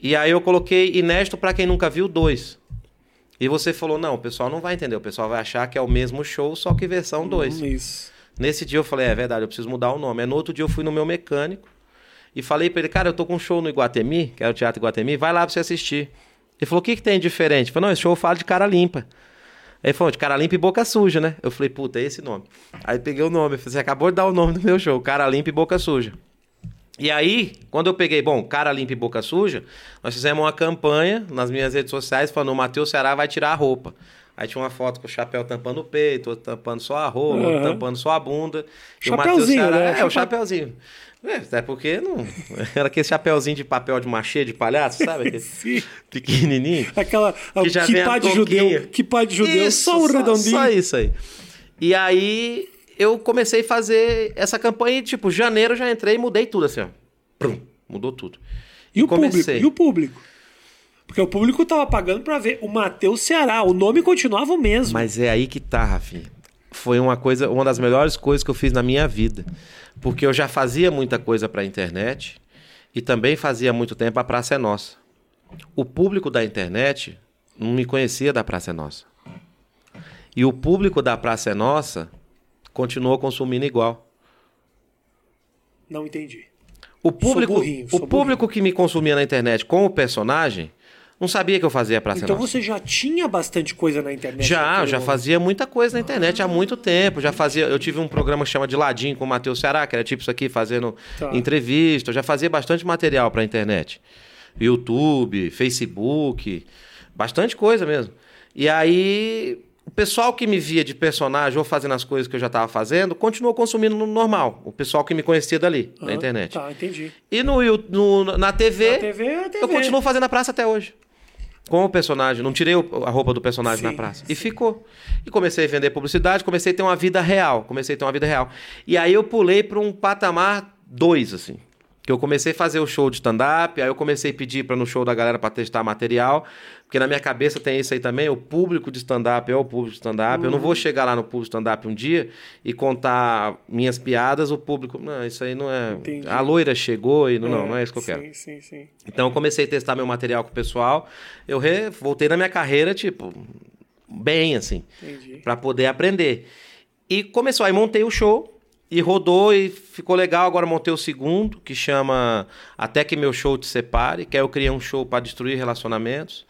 [SPEAKER 2] E aí eu coloquei Inédito pra quem nunca viu dois. E você falou, não, o pessoal não vai entender, o pessoal vai achar que é o mesmo show, só que versão
[SPEAKER 1] Hum.
[SPEAKER 2] 2.
[SPEAKER 1] Isso.
[SPEAKER 2] Nesse dia eu falei, é verdade, eu preciso mudar o nome. Aí no outro dia eu fui no meu mecânico e falei pra ele, cara, eu tô com um show no Iguatemi, que é o Teatro Iguatemi, vai lá pra você assistir. Ele falou, o que que tem de diferente? Eu falei, não, esse show eu falo de cara limpa. Aí ele falou, de cara limpa e boca suja, né? Eu falei, puta, é esse nome. Aí peguei o nome, eu falei, você acabou de dar o nome do meu show, cara limpa e boca suja. E aí, quando eu peguei, bom, cara limpa e boca suja, nós fizemos uma campanha nas minhas redes sociais falando, o Matheus Ceará vai tirar a roupa. Aí tinha uma foto com o chapéu tampando o peito, outro tampando só a rola, outro
[SPEAKER 1] Aham.
[SPEAKER 2] tampando só a bunda. E o Matheus
[SPEAKER 1] Chapeuzinho,
[SPEAKER 2] Ceará,
[SPEAKER 1] né?
[SPEAKER 2] é, o
[SPEAKER 1] Chapeu-
[SPEAKER 2] chapeuzinho. É, até porque não... [LAUGHS] Era aquele chapeuzinho de papel de machê, de palhaço, sabe?
[SPEAKER 1] [LAUGHS]
[SPEAKER 2] Aquele
[SPEAKER 1] Sim.
[SPEAKER 2] pequenininho.
[SPEAKER 1] Aquela
[SPEAKER 2] Que já
[SPEAKER 1] que,
[SPEAKER 2] vem a
[SPEAKER 1] pá de
[SPEAKER 2] touquinha.
[SPEAKER 1] judeu, que pá de judeu,
[SPEAKER 2] Isso,
[SPEAKER 1] só o redondinho.
[SPEAKER 2] Só isso aí. E aí eu comecei a fazer essa campanha e, tipo, janeiro eu já entrei e mudei tudo assim, ó. Prum, mudou tudo.
[SPEAKER 1] E o público?
[SPEAKER 2] comecei.
[SPEAKER 1] E o público? Porque o público tava pagando pra ver o Matheus Ceará. O nome continuava o mesmo.
[SPEAKER 2] Mas é aí que tá, Rafinha. foi uma coisa, uma das melhores coisas que eu fiz na minha vida, porque eu já fazia muita coisa para a internet e também fazia muito tempo a Praça é Nossa. O público da internet não me conhecia da Praça é Nossa. E o público da Praça é Nossa continuou consumindo igual.
[SPEAKER 1] Não entendi.
[SPEAKER 2] O público,
[SPEAKER 1] Sou burrinho, sou
[SPEAKER 2] o público que me consumia na internet com o personagem não sabia que eu fazia Praça é
[SPEAKER 1] Então
[SPEAKER 2] Nossa.
[SPEAKER 1] você já tinha bastante coisa na internet?
[SPEAKER 2] Já,
[SPEAKER 1] naquele
[SPEAKER 2] já
[SPEAKER 1] momento.
[SPEAKER 2] fazia muita coisa na internet há muito tempo. Já fazia. Eu tive um programa que chama de Ladinho com o Matheus Ceará, que era tipo isso aqui, fazendo
[SPEAKER 1] Tá.
[SPEAKER 2] entrevista. Eu já fazia bastante material pra internet. YouTube, Facebook, bastante coisa mesmo. E aí, o pessoal que me via de personagem ou fazendo as coisas que eu já tava fazendo, continuou consumindo no normal. O pessoal que me conhecia dali, na
[SPEAKER 1] Aham,
[SPEAKER 2] internet.
[SPEAKER 1] Tá, entendi.
[SPEAKER 2] E no, Yu- no- na TV,
[SPEAKER 1] Na TV, é TV.
[SPEAKER 2] eu continuo fazendo a praça até hoje. Com o personagem. Não tirei o- a roupa do personagem
[SPEAKER 1] Sim,
[SPEAKER 2] na praça. E ficou. E comecei a vender publicidade, comecei a ter uma vida real. Comecei a ter uma vida real. E aí eu pulei para um patamar dois, assim. Que eu comecei a fazer o show de stand-up, aí eu comecei a pedir para no show da galera para testar material. Porque na minha cabeça tem isso aí também, o público de stand-up é o público de stand-up. Eu não
[SPEAKER 1] Uhum.
[SPEAKER 2] vou chegar lá no público de stand-up um dia e contar minhas piadas, o público. Não, isso aí não é.
[SPEAKER 1] Entendi.
[SPEAKER 2] A loira chegou e. Não, não,
[SPEAKER 1] É,
[SPEAKER 2] não é isso que eu quero.
[SPEAKER 1] Sim, sim, sim.
[SPEAKER 2] Então eu comecei a testar meu material com o pessoal. Eu re- voltei na minha carreira, tipo, bem assim,
[SPEAKER 1] Entendi.
[SPEAKER 2] pra poder aprender. E começou, aí montei o show e rodou e ficou legal. Agora montei o segundo, que chama Até que meu show te separe, que aí eu criei um show pra destruir relacionamentos.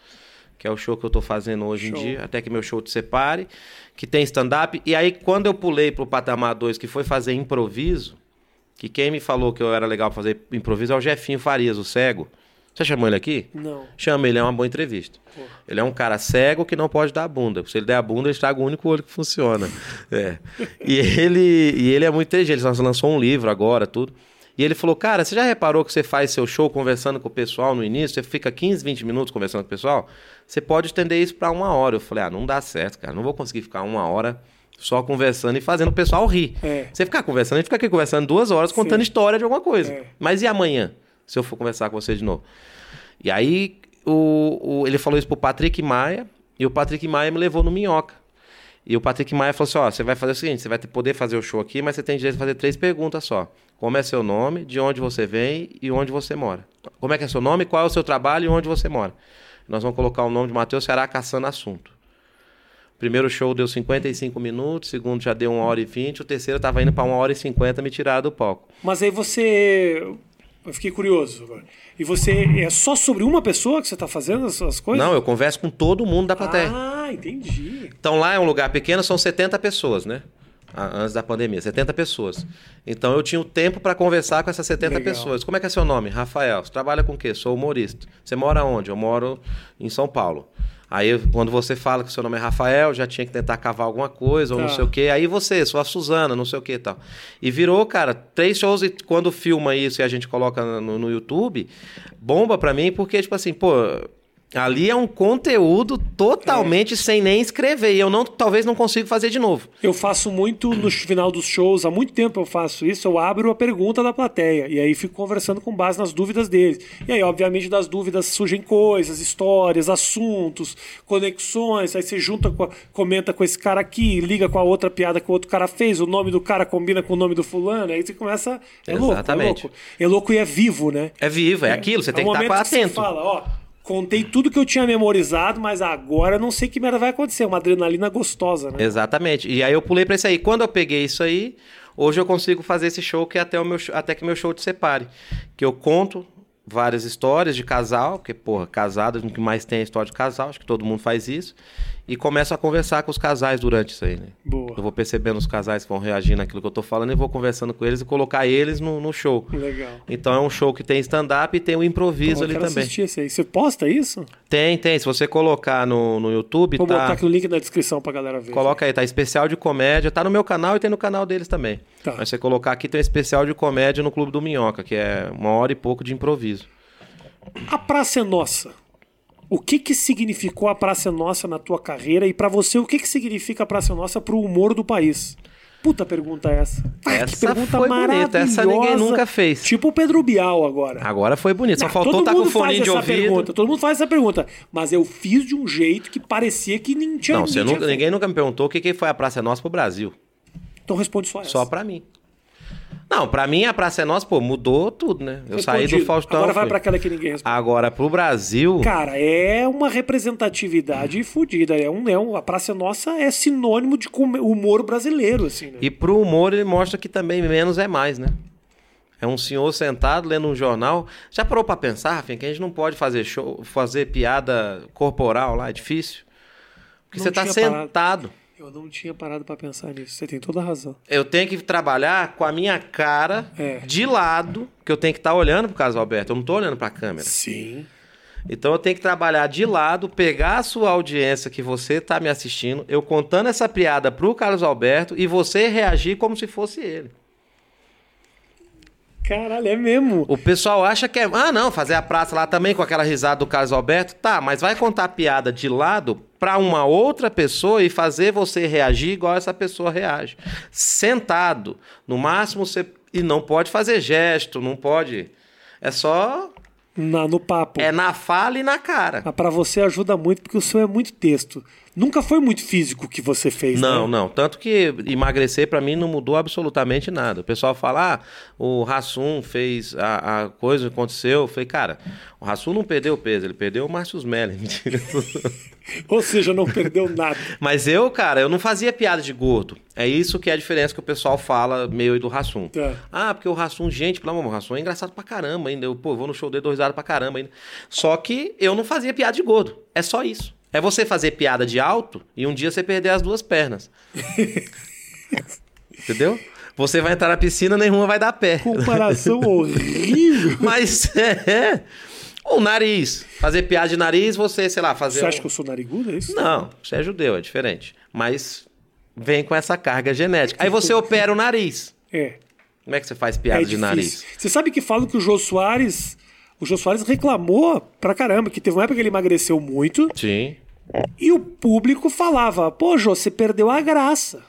[SPEAKER 2] Que é o show que eu tô fazendo hoje
[SPEAKER 1] Show.
[SPEAKER 2] em dia, até que meu show te separe, que tem stand-up. E aí, quando eu pulei pro patamar 2, que foi fazer improviso, que quem me falou que eu era legal pra fazer improviso é o Jefinho Farias, o cego. Você chamou ele aqui?
[SPEAKER 1] Não.
[SPEAKER 2] Chama ele, é uma boa entrevista. Ele é um cara cego que não pode dar a bunda. porque Se ele der a bunda, ele estraga o único olho que funciona. É. E, ele, e ele é muito inteligente. Nós lançou um livro agora, tudo. E ele falou, cara, você já reparou que você faz seu show conversando com o pessoal no início? Você fica 15, 20 minutos conversando com o pessoal? Você pode estender isso pra uma hora. Eu falei, ah, não dá certo, cara. Não vou conseguir ficar uma hora só conversando e fazendo o pessoal rir.
[SPEAKER 1] É.
[SPEAKER 2] Você ficar conversando, a gente fica aqui conversando duas horas contando história de alguma coisa.
[SPEAKER 1] É.
[SPEAKER 2] Mas e amanhã, se eu for conversar com você de novo? E aí o, o- ele falou isso pro Patrick Maia, e o Patrick Maia me levou no Minhoca. E o Patrick Maia falou assim: ó, você vai fazer o seguinte, você vai ter- poder fazer o show aqui, mas você tem direito de fazer três perguntas só. Como é seu nome, de onde você vem e onde você mora? Como é que é seu nome, qual é o seu trabalho e onde você mora? Nós vamos colocar o nome de Matheus Ceará caçando assunto. Primeiro show deu 55 minutos, segundo já deu 1 hora e 20, o terceiro eu tava indo pra 1 hora e 50 me tiraram do palco.
[SPEAKER 1] Mas aí você. Eu fiquei curioso agora. E você. É só sobre uma pessoa que você tá fazendo essas coisas?
[SPEAKER 2] Não, eu converso com todo mundo da plateia.
[SPEAKER 1] Ah, entendi.
[SPEAKER 2] Então lá é um lugar pequeno, são 70 pessoas, né? A- Antes da pandemia, 70 pessoas. Então eu tinha o tempo para conversar com essas 70
[SPEAKER 1] Legal.
[SPEAKER 2] pessoas. Como é que é seu nome? Rafael. Você trabalha com o quê? Sou humorista. Você mora onde? Eu moro em São Paulo. Aí eu- quando você fala que seu nome é Rafael, já tinha que tentar cavar alguma coisa ou não
[SPEAKER 1] Tá.
[SPEAKER 2] sei o quê. Aí você, sou a Suzana, não sei o quê e tal. E virou, cara, três shows e quando filma isso e a gente coloca no, no YouTube, bomba pra mim porque, tipo assim, pô... Ali é um conteúdo totalmente
[SPEAKER 1] É.
[SPEAKER 2] sem nem escrever. E eu não, talvez não consiga fazer de novo.
[SPEAKER 1] Eu faço muito no final dos shows, há muito tempo eu faço isso, eu abro a pergunta da plateia e aí fico conversando com base nas dúvidas deles. E aí, obviamente, das dúvidas surgem coisas, histórias, assuntos, conexões, aí você junta, com a- comenta com esse cara aqui, liga com a outra piada que o outro cara fez, o nome do cara combina com o nome do fulano, aí você começa... É louco, é
[SPEAKER 2] Exatamente.
[SPEAKER 1] louco. É louco e é vivo, né?
[SPEAKER 2] É vivo, é, aquilo, você
[SPEAKER 1] É
[SPEAKER 2] tem
[SPEAKER 1] o
[SPEAKER 2] que estar
[SPEAKER 1] momento que
[SPEAKER 2] atento.
[SPEAKER 1] Você fala, ó, contei tudo que eu tinha memorizado, mas agora eu não sei que merda vai acontecer, é uma adrenalina gostosa,
[SPEAKER 2] É.
[SPEAKER 1] né?
[SPEAKER 2] Exatamente. E aí eu pulei pra isso aí. Quando eu peguei isso aí, hoje eu consigo fazer esse show que é até, o meu, show- até que meu show te separe. Que eu conto várias histórias de casal, porque, porra, casado, o que mais tem é história de casal, acho que todo mundo faz isso. E começo a conversar com os casais durante isso aí, né?
[SPEAKER 1] Boa.
[SPEAKER 2] Eu vou percebendo os casais que vão reagindo naquilo que eu tô falando e vou conversando com eles e colocar eles no, no show.
[SPEAKER 1] Legal. Então,
[SPEAKER 2] Então é um show que tem stand-up e tem o improviso
[SPEAKER 1] Eu
[SPEAKER 2] ali
[SPEAKER 1] quero
[SPEAKER 2] também.
[SPEAKER 1] assistir esse aí. Você posta isso?
[SPEAKER 2] Tem, tem. Se você colocar no, no YouTube,
[SPEAKER 1] Vou botar
[SPEAKER 2] tá.
[SPEAKER 1] aqui o link na descrição pra galera ver.
[SPEAKER 2] Coloca aí, tá especial de comédia, tá no meu canal e tem no canal deles também.
[SPEAKER 1] Tá.
[SPEAKER 2] Mas você colocar aqui tem um especial de comédia no Clube do Minhoca, que é uma hora e pouco de improviso.
[SPEAKER 1] A Praça é Nossa. O que que significou a Praça é Nossa na tua carreira e pra você o que que significa a Praça é Nossa pro humor do país? Puta pergunta essa. Ah, que
[SPEAKER 2] Essa
[SPEAKER 1] pergunta
[SPEAKER 2] foi bonita, essa ninguém
[SPEAKER 1] maravilhosa.
[SPEAKER 2] nunca fez.
[SPEAKER 1] Tipo o Pedro Bial agora.
[SPEAKER 2] Agora foi bonito, só
[SPEAKER 1] Ah,
[SPEAKER 2] faltou
[SPEAKER 1] todo
[SPEAKER 2] tá com o
[SPEAKER 1] mundo faz
[SPEAKER 2] fone de
[SPEAKER 1] essa
[SPEAKER 2] ouvido.
[SPEAKER 1] Pergunta, todo mundo faz essa pergunta. Mas eu fiz de um jeito que parecia que nem tinha
[SPEAKER 2] Não,
[SPEAKER 1] ninguém
[SPEAKER 2] você
[SPEAKER 1] tinha
[SPEAKER 2] nunca,
[SPEAKER 1] feito.
[SPEAKER 2] ninguém nunca me perguntou o que, que foi a Praça é Nossa pro Brasil.
[SPEAKER 1] Então responde só essa.
[SPEAKER 2] Só pra mim. Não, pra mim a Praça é Nossa, pô, mudou tudo, né? Eu saí do
[SPEAKER 1] Respondido.
[SPEAKER 2] Faustão.
[SPEAKER 1] Agora vai
[SPEAKER 2] fui.
[SPEAKER 1] pra aquela que ninguém responde.
[SPEAKER 2] Agora pro Brasil.
[SPEAKER 1] Cara, é uma representatividade
[SPEAKER 2] Uhum.
[SPEAKER 1] fodida. É um, é um, a Praça é Nossa é sinônimo de com- humor brasileiro, assim, né?
[SPEAKER 2] E pro humor ele mostra que também menos é mais, né? É um senhor sentado lendo um jornal. Já parou pra pensar, Rafinha, que a gente não pode fazer show, fazer piada corporal lá, é difícil? Porque
[SPEAKER 1] Não
[SPEAKER 2] você tá
[SPEAKER 1] tinha parado.
[SPEAKER 2] sentado.
[SPEAKER 1] Eu não tinha parado pra pensar nisso. Você tem toda a razão.
[SPEAKER 2] Eu tenho que trabalhar com a minha cara
[SPEAKER 1] É.
[SPEAKER 2] de lado, que eu tenho que estar olhando pro caso Alberto, eu não tô olhando pra câmera.
[SPEAKER 1] Sim.
[SPEAKER 2] Então eu tenho que trabalhar de lado, pegar a sua audiência que você tá me assistindo, eu contando essa piada pro Carlos Alberto e você reagir como se fosse ele.
[SPEAKER 1] Caralho, é mesmo.
[SPEAKER 2] O pessoal acha que é. Ah, não, fazer a praça lá também com aquela risada do Carlos Alberto. Tá, mas vai contar a piada de lado pra uma outra pessoa e fazer você reagir igual essa pessoa reage. Sentado. No máximo você. E não pode fazer gesto, não pode. É só.
[SPEAKER 1] Na, no papo.
[SPEAKER 2] É na fala e na cara.
[SPEAKER 1] Mas pra você ajuda muito, porque o seu é muito texto. Nunca foi muito físico o que você fez,
[SPEAKER 2] Não,
[SPEAKER 1] né?
[SPEAKER 2] não. Tanto que emagrecer pra mim não mudou absolutamente nada. O pessoal fala, ah, o Rassum fez a, a coisa, aconteceu. Eu falei, cara, o Rassum não perdeu peso, ele perdeu o Márcio [LAUGHS] Melling.
[SPEAKER 1] Ou seja, não perdeu nada.
[SPEAKER 2] Mas eu, cara, eu não fazia piada de gordo. É isso que é a diferença que o pessoal fala meu e do Rassum.
[SPEAKER 1] Tá.
[SPEAKER 2] Ah, porque o Rassum, gente, pelo amor, de Deus, o Rassum é engraçado pra caramba ainda. Eu, pô, vou no show dele, dou risada pra caramba ainda. Só que eu não fazia piada de gordo. É só isso. É você fazer piada de alto e um dia você perder as duas
[SPEAKER 1] [LAUGHS]
[SPEAKER 2] pernas. Entendeu? Você vai entrar na piscina, nenhuma vai dar pé. [LAUGHS]
[SPEAKER 1] Comparação horrível.
[SPEAKER 2] Mas [LAUGHS] é. O nariz. Fazer piada de nariz, você, sei lá, fazer.
[SPEAKER 1] Você
[SPEAKER 2] um-
[SPEAKER 1] acha que eu sou narigudo? É isso?
[SPEAKER 2] não, você é judeu, é diferente. Mas vem com essa carga genética.
[SPEAKER 1] [LAUGHS]
[SPEAKER 2] Aí você opera o nariz.
[SPEAKER 1] É.
[SPEAKER 2] Como é que você faz
[SPEAKER 1] É
[SPEAKER 2] piada de
[SPEAKER 1] difícil.
[SPEAKER 2] nariz?
[SPEAKER 1] Você sabe que falam que o Jô Soares. O Jô Soares reclamou pra caramba, que teve uma época que ele emagreceu muito
[SPEAKER 2] Sim.
[SPEAKER 1] e o público falava: pô, Jô, você perdeu a graça.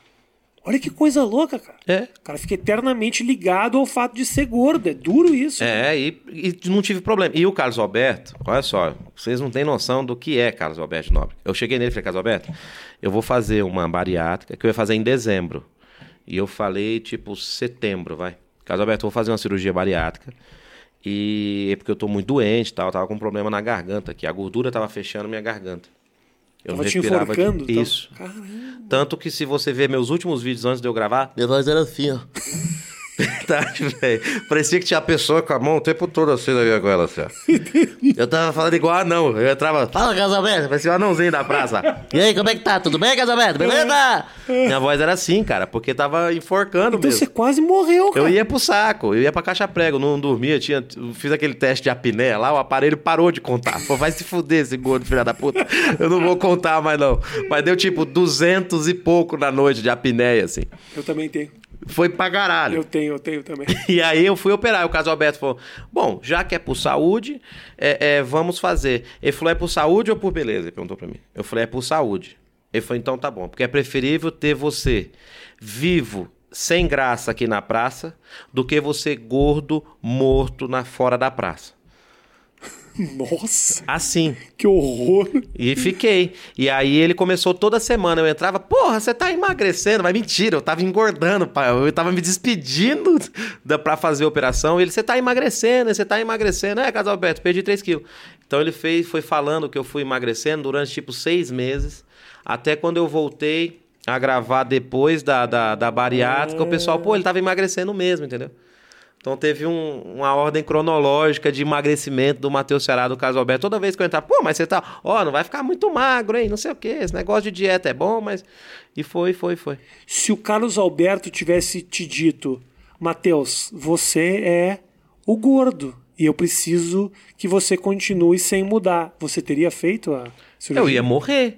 [SPEAKER 1] Olha que coisa louca, cara.
[SPEAKER 2] É.
[SPEAKER 1] O cara fica eternamente ligado ao fato de ser gordo. É duro isso. né?
[SPEAKER 2] É, e, e não tive problema. E o Carlos Alberto, olha só, vocês não têm noção do que é Carlos Alberto de Nobre. Eu cheguei nele e falei, Carlos Alberto, eu vou fazer uma bariátrica que eu ia fazer em dezembro. E eu falei, tipo, setembro, vai. Carlos Alberto, eu vou fazer uma cirurgia bariátrica. E é porque eu tô muito doente e tal, eu tava com um problema na garganta aqui. A gordura tava fechando minha garganta. Eu
[SPEAKER 1] Tava
[SPEAKER 2] não
[SPEAKER 1] te
[SPEAKER 2] respirava aqui.
[SPEAKER 1] enforcando. então.
[SPEAKER 2] Isso.
[SPEAKER 1] Caramba.
[SPEAKER 2] Tanto que se você ver meus últimos vídeos antes de eu gravar, minha voz era assim, ó. Verdade, [LAUGHS] velho. Parecia que tinha a pessoa com a mão o tempo todo assim na minha goela, assim, ó. Eu tava falando igual anão. Eu entrava, fala, Casalberto, parecia um anãozinho da praça. E aí, como é que tá? Tudo bem, Casalberto? Beleza? Minha voz era assim, cara, porque tava enforcando
[SPEAKER 1] Então
[SPEAKER 2] mesmo.
[SPEAKER 1] você quase morreu, cara.
[SPEAKER 2] Eu ia pro saco, eu ia pra caixa prego, não dormia, tinha, fiz aquele teste de apneia lá, o aparelho parou de contar. Falou, vai se fuder esse gordo, filha da puta. Eu não vou contar mais não. Mas deu tipo 200 e pouco na noite de apneia, assim.
[SPEAKER 1] Eu também tenho.
[SPEAKER 2] Foi pra caralho.
[SPEAKER 1] Eu tenho, eu tenho também.
[SPEAKER 2] E aí eu fui operar. O caso Alberto falou: Bom, já que é por saúde, é, é, vamos fazer. Ele falou: É por saúde ou por beleza? Ele perguntou pra mim. Eu falei: É por saúde. Ele falou: Então tá bom, porque é preferível ter você vivo, sem graça aqui na praça, do que você gordo, morto na fora da praça.
[SPEAKER 1] [LAUGHS] Nossa,
[SPEAKER 2] Assim.
[SPEAKER 1] que horror.
[SPEAKER 2] E fiquei. E aí ele começou toda semana. Eu entrava, porra, você tá emagrecendo. Mas mentira, eu tava engordando, pai. Eu tava me despedindo da, pra fazer a operação. E ele, você tá emagrecendo, você tá emagrecendo. É, Casal Alberto, perdi 3 quilos. Então ele fez, foi falando que eu fui emagrecendo durante tipo seis meses. Até quando eu voltei a gravar depois da, da, da bariátrica, o pessoal, pô, ele tava emagrecendo mesmo, entendeu? Então teve um- uma ordem cronológica de emagrecimento do Matheus Ceará, do Caso Alberto. Toda vez que eu entrar, pô, mas você tá, ó, não vai ficar muito magro, hein? Não sei o quê, esse negócio de dieta é bom, mas. E foi, foi, foi.
[SPEAKER 1] Se o Carlos Alberto tivesse te dito, Matheus, você é o gordo e eu preciso que você continue sem mudar, você teria feito a
[SPEAKER 2] Eu
[SPEAKER 1] cirurgia?
[SPEAKER 2] ia morrer.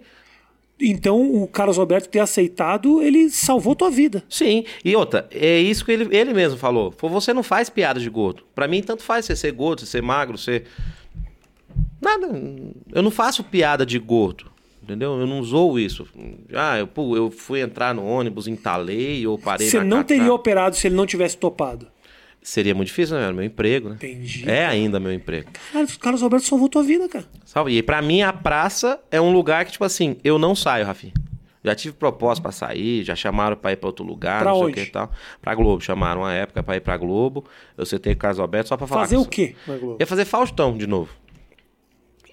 [SPEAKER 1] Então o Carlos Alberto ter aceitado, ele salvou tua vida.
[SPEAKER 2] Sim. E outra, é isso que ele, ele mesmo falou. Falou, você não faz piada de gordo. Pra mim, tanto faz você ser gordo, você ser magro, você. Nada. Eu não faço piada de gordo. Entendeu? Eu não usou isso. Ah, eu, pô, eu fui entrar no ônibus, entalei ou parei
[SPEAKER 1] Você
[SPEAKER 2] na
[SPEAKER 1] não
[SPEAKER 2] ca-
[SPEAKER 1] teria
[SPEAKER 2] na-
[SPEAKER 1] operado se ele não tivesse topado.
[SPEAKER 2] Seria muito difícil, né? Era meu emprego, né?
[SPEAKER 1] Entendi.
[SPEAKER 2] É ainda meu emprego.
[SPEAKER 1] Cara, o Carlos Alberto salvou tua vida, cara.
[SPEAKER 2] Salve. E pra mim, a praça é um lugar que, tipo assim, eu não saio, Rafinha. Já tive proposta pra sair, já chamaram pra ir pra outro lugar,
[SPEAKER 1] Pra
[SPEAKER 2] não
[SPEAKER 1] onde?
[SPEAKER 2] sei o que e tal. Pra Globo, chamaram uma época pra ir pra Globo. Eu sentei com o Carlos Alberto só pra falar.
[SPEAKER 1] Fazer
[SPEAKER 2] com
[SPEAKER 1] o quê na Globo?
[SPEAKER 2] Ia fazer Faustão de novo.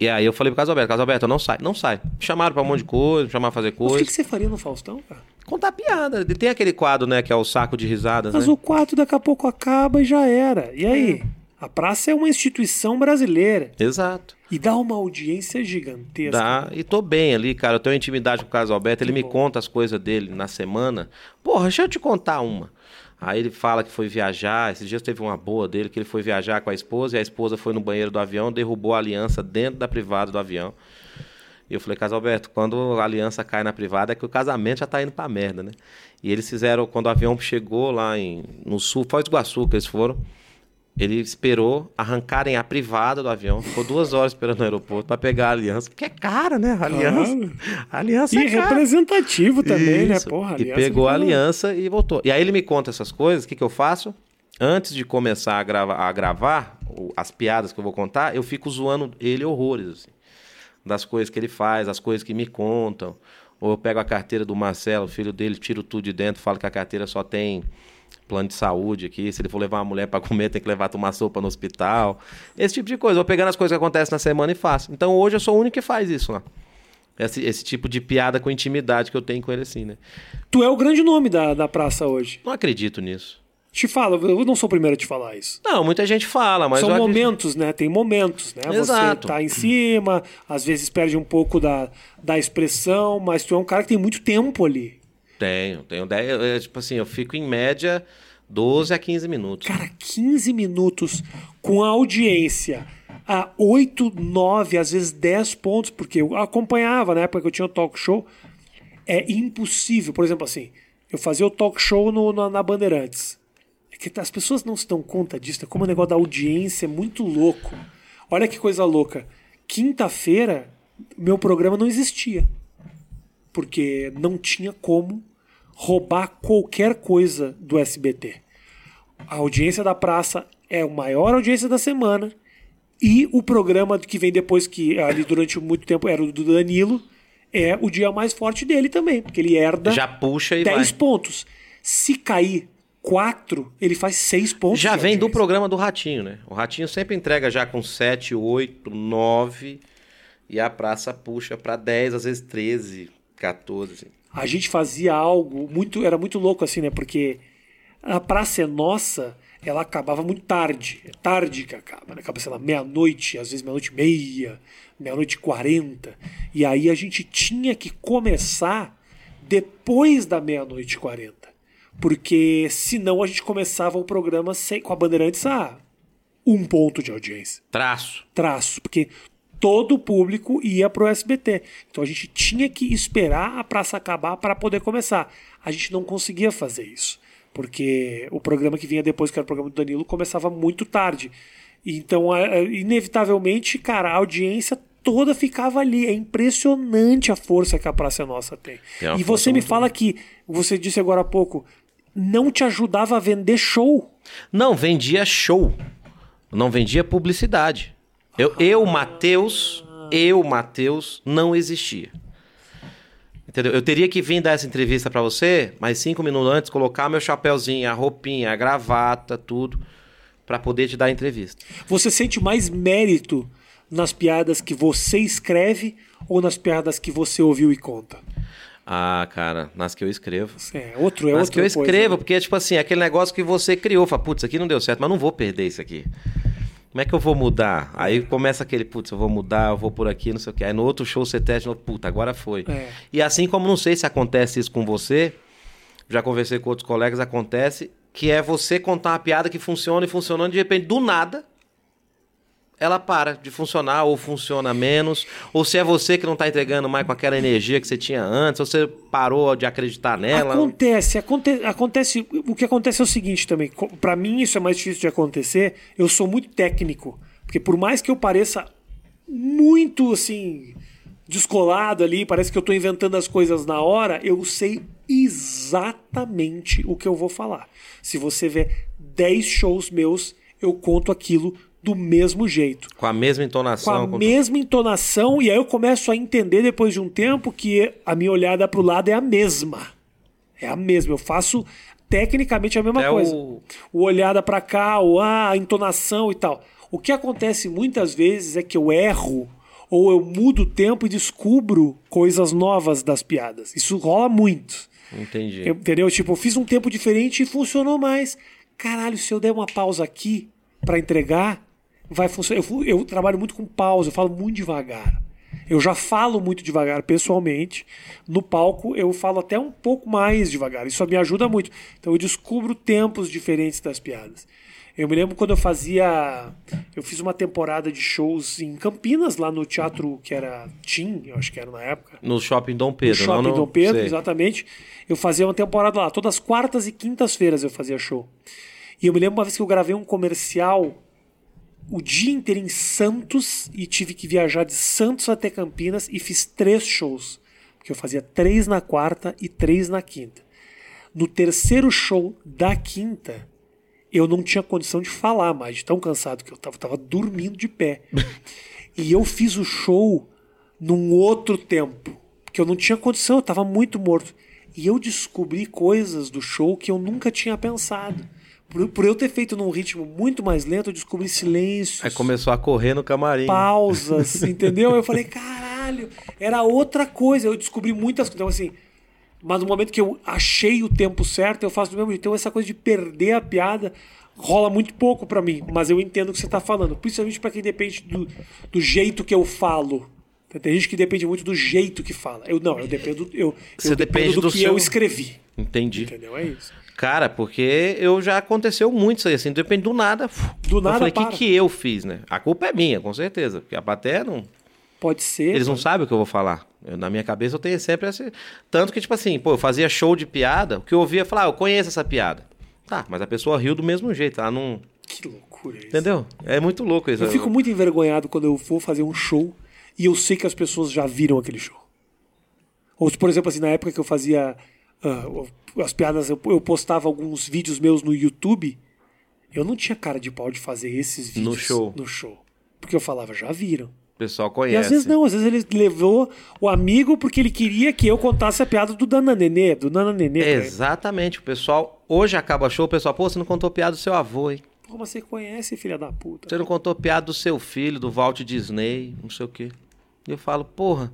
[SPEAKER 2] E aí eu falei pro Carlos Alberto, Carlos Alberto, eu não sai, não sai. Me Chamaram pra um monte de coisa, me chamaram pra fazer
[SPEAKER 1] Mas o
[SPEAKER 2] coisa.
[SPEAKER 1] que, que você faria no Faustão, cara?
[SPEAKER 2] Contar piada. E Tem aquele quadro, né, que é o saco de risadas,
[SPEAKER 1] Mas
[SPEAKER 2] né?
[SPEAKER 1] o quarto daqui a pouco acaba e já era. E aí? A praça é uma instituição brasileira
[SPEAKER 2] Exato.
[SPEAKER 1] e dá uma audiência gigantesca.
[SPEAKER 2] Dá. E tô bem ali, cara. Eu tenho intimidade com o Carlos Alberto. Ele me conta as coisas dele na semana. Porra, deixa eu te contar uma. Aí ele fala que foi viajar. Esses dias teve uma boa dele, que ele foi viajar com a esposa. E a esposa foi no banheiro do avião, derrubou a aliança dentro da privada do avião. E eu falei, Carlos Alberto, quando a aliança cai na privada é que o casamento já tá indo pra merda, né? E eles fizeram, quando o avião chegou lá em, no sul, Foz do Iguaçu que eles foram, ele esperou arrancarem a privada do avião, ficou duas horas esperando no aeroporto pra pegar a aliança, porque é cara, né? A aliança, a aliança
[SPEAKER 1] E
[SPEAKER 2] é cara.
[SPEAKER 1] representativo também, né?
[SPEAKER 2] Isso.
[SPEAKER 1] Porra,
[SPEAKER 2] e
[SPEAKER 1] aliança
[SPEAKER 2] pegou
[SPEAKER 1] do
[SPEAKER 2] a
[SPEAKER 1] caralho.
[SPEAKER 2] aliança e voltou. E aí ele me conta essas coisas, o que, que eu faço? Antes de começar a, grava a gravar o- as piadas que eu vou contar, eu fico zoando ele horrores, assim. Das coisas que ele faz, as coisas que me contam. Ou eu pego a carteira do Marcelo, filho dele, tiro tudo de dentro, falo que a carteira só tem plano de saúde aqui. Se ele for levar uma mulher pra comer, tem que levar tomar sopa no hospital. Esse tipo de coisa. Eu Vou pegando as coisas que acontecem na semana e faço. Então hoje eu sou o único que faz isso lá. Esse, esse tipo de piada com intimidade que eu tenho com ele, assim, né?
[SPEAKER 1] Tu é o grande nome da, da praça hoje.
[SPEAKER 2] Não acredito nisso.
[SPEAKER 1] Te falo, eu não sou o primeiro a te falar isso.
[SPEAKER 2] Não, muita gente fala, mas.
[SPEAKER 1] São
[SPEAKER 2] eu acredito-
[SPEAKER 1] momentos, né? Tem momentos, né? Você
[SPEAKER 2] Exato.
[SPEAKER 1] tá em cima, às vezes perde um pouco da, da expressão, mas tu é um cara que tem muito tempo ali.
[SPEAKER 2] Tenho, tenho 10. eu- eu, Tipo assim, eu fico em média 12 a 15 minutos.
[SPEAKER 1] Cara, 15 minutos com a audiência a 8, 9, às vezes 10 pontos, porque eu acompanhava na época que eu tinha o talk show. É impossível, por exemplo, assim, eu fazia o talk show no- na, na Bandeirantes. É que as pessoas não se dão conta disso, né? como o negócio da audiência é muito louco. Olha que coisa louca. Quinta-feira, meu programa não existia porque não tinha como roubar qualquer coisa do SBT. A audiência da praça é a maior audiência da semana e o programa que vem depois, que ali durante muito tempo era o do Danilo, é o dia mais forte dele também, porque ele herda
[SPEAKER 2] Já puxa e
[SPEAKER 1] 10
[SPEAKER 2] vai.
[SPEAKER 1] pontos. Se cair 4, ele faz 6 pontos.
[SPEAKER 2] Já
[SPEAKER 1] de
[SPEAKER 2] vem do
[SPEAKER 1] audiência.
[SPEAKER 2] programa do Ratinho, né? O Ratinho sempre entrega já com 7, 8, 9. E a praça puxa pra 10, às vezes 13, 14.
[SPEAKER 1] a gente fazia algo muito era muito louco assim né porque a praça é nossa ela acabava muito tarde é tarde que acaba né? acaba sei lá meia noite às vezes meia noite e meia meia noite e quarenta e aí a gente tinha que começar depois da meia noite e quarenta porque senão a gente começava o programa sem, com a bandeirantes a um ponto de audiência
[SPEAKER 2] Traço.
[SPEAKER 1] traço, porque todo o público ia pro SBT. Então a gente tinha que esperar a praça acabar para poder começar. A gente não conseguia fazer isso, porque o programa que vinha depois, que era o programa do Danilo, começava muito tarde. Então, a- a- inevitavelmente, cara, a audiência toda ficava ali. É impressionante a força que a Praça é Nossa tem.
[SPEAKER 2] Tem uma
[SPEAKER 1] e você
[SPEAKER 2] força
[SPEAKER 1] me
[SPEAKER 2] muito
[SPEAKER 1] fala que, você disse agora há pouco, não te ajudava a vender show.
[SPEAKER 2] Não, vendia show. Não vendia publicidade. Eu, eu Matheus, eu, Matheus, não existia. Entendeu? Eu teria que vir dar essa entrevista pra você, mas cinco minutos antes, colocar meu chapéuzinho, a roupinha, a gravata, tudo, pra poder te dar a entrevista.
[SPEAKER 1] Você sente mais mérito nas piadas que você escreve ou nas piadas que você ouviu e conta?
[SPEAKER 2] Ah, cara, nas que eu escrevo.
[SPEAKER 1] É, outro é
[SPEAKER 2] nas
[SPEAKER 1] outra
[SPEAKER 2] que eu
[SPEAKER 1] coisa,
[SPEAKER 2] escrevo,
[SPEAKER 1] né?
[SPEAKER 2] porque, tipo assim, é aquele negócio que você criou, fala, putz, isso aqui não deu certo, mas não vou perder isso aqui. Como é que eu vou mudar? Aí começa aquele, putz, eu vou mudar, eu vou por aqui, não sei o quê. Aí no outro show você testa, de novo, puta, agora foi.
[SPEAKER 1] É.
[SPEAKER 2] E assim como não sei se acontece isso com você, já conversei com outros colegas, acontece que é você contar uma piada que funciona e funcionando, de repente, do nada, ela para de funcionar, ou funciona menos, ou se é você que não tá entregando mais com aquela energia que você tinha antes, ou você parou de acreditar nela.
[SPEAKER 1] Acontece, aconte- acontece. O que acontece é o seguinte também. co- Pra mim isso é mais difícil de acontecer. Eu sou muito técnico, porque por mais que eu pareça muito assim descolado ali, parece que eu estou inventando as coisas na hora, eu sei exatamente o que eu vou falar. Se você ver 10 shows meus, eu conto aquilo do mesmo jeito.
[SPEAKER 2] Com a mesma entonação.
[SPEAKER 1] Com a quando... mesma entonação, e aí eu começo a entender depois de um tempo que a minha olhada para o lado é a mesma. É a mesma. Eu faço tecnicamente a mesma
[SPEAKER 2] É
[SPEAKER 1] coisa.
[SPEAKER 2] o-
[SPEAKER 1] o olhada para cá, o ah, a entonação e tal. O que acontece muitas vezes é que eu erro ou eu mudo o tempo e descubro coisas novas das piadas. Isso rola muito.
[SPEAKER 2] Entendi.
[SPEAKER 1] Eu- entendeu? Tipo, eu fiz um tempo diferente e funcionou mais. Caralho, se eu der uma pausa aqui pra entregar, vai funcionar. Eu, fu- eu trabalho muito com pausa, eu falo muito devagar. Eu já falo muito devagar pessoalmente. No palco, eu falo até um pouco mais devagar. Isso me ajuda muito. Então, eu descubro tempos diferentes das piadas. Eu me lembro quando eu fazia. Eu fiz uma temporada de shows em Campinas, lá no teatro que era Tim, eu acho que era na época.
[SPEAKER 2] No shopping Dom Pedro.
[SPEAKER 1] Shopping
[SPEAKER 2] não, no...
[SPEAKER 1] Dom Pedro,
[SPEAKER 2] sei.
[SPEAKER 1] exatamente. Eu fazia uma temporada lá, todas as quartas e quintas-feiras eu fazia show. E eu me lembro uma vez que eu gravei um comercial o dia inteiro em Santos e tive que viajar de Santos até Campinas e fiz três shows. Porque eu fazia três na quarta e três na quinta. No terceiro show da quinta, eu não tinha condição de falar mais, de tão cansado que eu tava, tava dormindo de pé. e eu fiz o show num outro tempo, porque eu não tinha condição, eu tava muito morto. E eu descobri coisas do show que eu nunca tinha pensado. Por, por eu ter feito num ritmo muito mais lento, eu descobri silêncios
[SPEAKER 2] Aí começou a correr no camarim.
[SPEAKER 1] pausas, entendeu? Eu falei, caralho, era outra coisa. Eu descobri muitas coisas. Então, assim, mas no momento que eu achei o tempo certo, eu faço do mesmo jeito. Então, essa coisa de perder a piada rola muito pouco pra mim, mas eu entendo o que você tá falando, principalmente pra quem depende do, do jeito que eu falo. Tem gente que depende muito do jeito que fala. Eu não, eu dependo, eu,
[SPEAKER 2] Você
[SPEAKER 1] eu dependo
[SPEAKER 2] depende
[SPEAKER 1] do,
[SPEAKER 2] do
[SPEAKER 1] que
[SPEAKER 2] seu-
[SPEAKER 1] eu escrevi.
[SPEAKER 2] Entendi.
[SPEAKER 1] Entendeu? É isso.
[SPEAKER 2] Cara, porque eu já aconteceu muito isso aí, assim, depende do nada.
[SPEAKER 1] Do nada,
[SPEAKER 2] Eu falei, o
[SPEAKER 1] para.
[SPEAKER 2] que, que eu fiz, né? A culpa é minha, com certeza. Porque a plateia não.
[SPEAKER 1] Pode ser.
[SPEAKER 2] Eles não sabem o que eu vou falar. Eu, na minha cabeça eu tenho sempre esse. Tanto que, tipo assim, pô, eu fazia show de piada, o que eu ouvia é falar, ah, eu conheço essa piada. Tá, mas a pessoa riu do mesmo jeito, ela não.
[SPEAKER 1] Que loucura isso.
[SPEAKER 2] Entendeu? É muito louco isso.
[SPEAKER 1] Eu fico muito envergonhado quando eu vou fazer um show e eu sei que as pessoas já viram aquele show. Ou, por exemplo, assim, na época que eu fazia ah, as piadas, eu, eu postava alguns vídeos meus no YouTube, eu não tinha cara de pau de fazer esses vídeos
[SPEAKER 2] show. É,
[SPEAKER 1] No show. Porque eu falava, já viram.
[SPEAKER 2] O pessoal
[SPEAKER 1] E
[SPEAKER 2] conhece.
[SPEAKER 1] às vezes não, às vezes ele levou o amigo porque ele queria que eu contasse a piada do Nananenê, do Nananenê. pra
[SPEAKER 2] É.
[SPEAKER 1] ele.
[SPEAKER 2] Exatamente. O pessoal, hoje acaba show, o pessoal, pô, você não contou piada do seu avô, hein?
[SPEAKER 1] Pô, mas você conhece, filha da puta.
[SPEAKER 2] Você não contou piada do seu filho, do Walt Disney, não sei o quê. E eu falo, porra.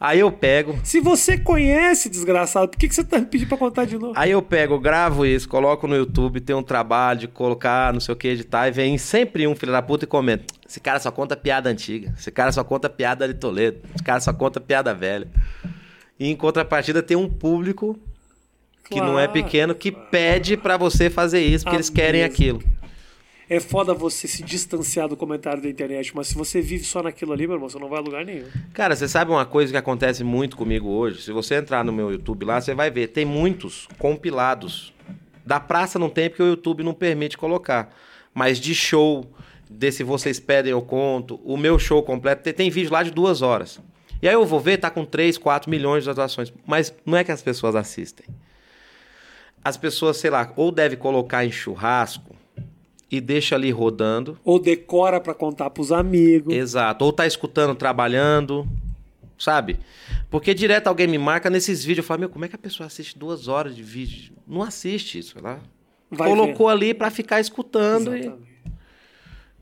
[SPEAKER 2] Aí eu pego,
[SPEAKER 1] Se você conhece, desgraçado, por que, que você tá me pedindo pra contar de novo?
[SPEAKER 2] aí eu pego, gravo isso, coloco no YouTube, tem um trabalho de colocar, não sei o que, editar, e vem sempre um filho da puta e comenta. Esse cara só conta piada antiga, esse cara só conta piada de Toledo, esse cara só conta piada velha. E em contrapartida tem um público que não é
[SPEAKER 1] Claro.
[SPEAKER 2] pequeno que pede pra você fazer isso, porque
[SPEAKER 1] Ah,
[SPEAKER 2] eles querem
[SPEAKER 1] mesmo.
[SPEAKER 2] aquilo.
[SPEAKER 1] É foda você se distanciar do comentário da internet, mas se você vive só naquilo ali, meu irmão, você não vai a lugar nenhum.
[SPEAKER 2] Cara, você sabe uma coisa que acontece muito comigo hoje? Se você entrar no meu YouTube lá, você vai ver, tem muitos compilados. Da praça não tem porque o YouTube não permite colocar. Mas de show, desse vocês pedem eu conto, o meu show completo, tem, tem vídeo lá de duas horas. E aí eu vou ver, tá com 3, 4 milhões de visualizações. Mas não é que as pessoas assistem. As pessoas, sei lá, ou deve colocar em churrasco e deixa ali rodando,
[SPEAKER 1] Ou decora pra contar pros amigos.
[SPEAKER 2] Exato. Ou tá escutando, trabalhando, sabe? Porque direto alguém me marca nesses vídeos. Eu falo, meu, como é que a pessoa assiste duas horas de vídeo? Não assiste isso. Ela
[SPEAKER 1] Vai
[SPEAKER 2] colocou ali pra ficar escutando e,
[SPEAKER 1] Exatamente.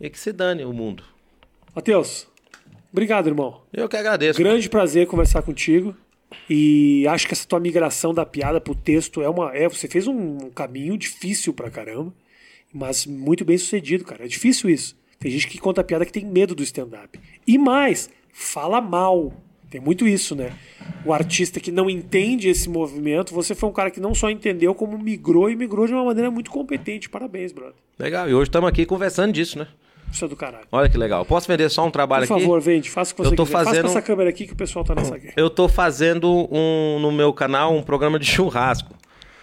[SPEAKER 2] e que se dane o mundo.
[SPEAKER 1] Matheus, obrigado, irmão.
[SPEAKER 2] Eu que agradeço.
[SPEAKER 1] Grande prazer conversar contigo. E acho que essa tua migração da piada pro texto é uma. É, você fez um caminho difícil pra caramba, mas muito bem sucedido, cara. É difícil isso. Tem gente que conta piada que tem medo do stand-up. E mais, fala mal. Tem muito isso, né? O artista que não entende esse movimento, você foi um cara que não só entendeu, como migrou e migrou de uma maneira muito competente. Parabéns, brother.
[SPEAKER 2] Legal. E hoje estamos aqui conversando disso, né?
[SPEAKER 1] Isso é do caralho.
[SPEAKER 2] Olha que legal. Posso vender só um trabalho
[SPEAKER 1] Por
[SPEAKER 2] aqui?
[SPEAKER 1] favor, vende, faça o que você
[SPEAKER 2] Eu tô
[SPEAKER 1] quiser. Faça com
[SPEAKER 2] fazendo-
[SPEAKER 1] essa câmera aqui que o pessoal tá nessa guerra.
[SPEAKER 2] Eu tô fazendo um no meu canal um programa de [LAUGHS] churrasco.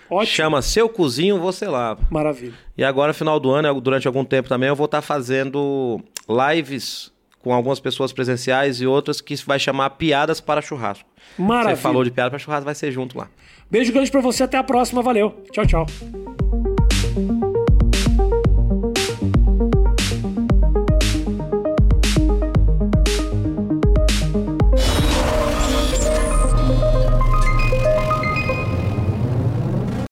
[SPEAKER 1] Ótimo.
[SPEAKER 2] Chama Seu Cozinho, você lava.
[SPEAKER 1] Maravilha.
[SPEAKER 2] E agora, final do ano, durante algum tempo também, eu vou estar fazendo lives com algumas pessoas presenciais e outras que vai chamar Piadas para Churrasco.
[SPEAKER 1] Maravilha.
[SPEAKER 2] Você falou de Piada para Churrasco, vai ser junto lá.
[SPEAKER 1] Beijo grande pra você, até a próxima, valeu. Tchau, tchau.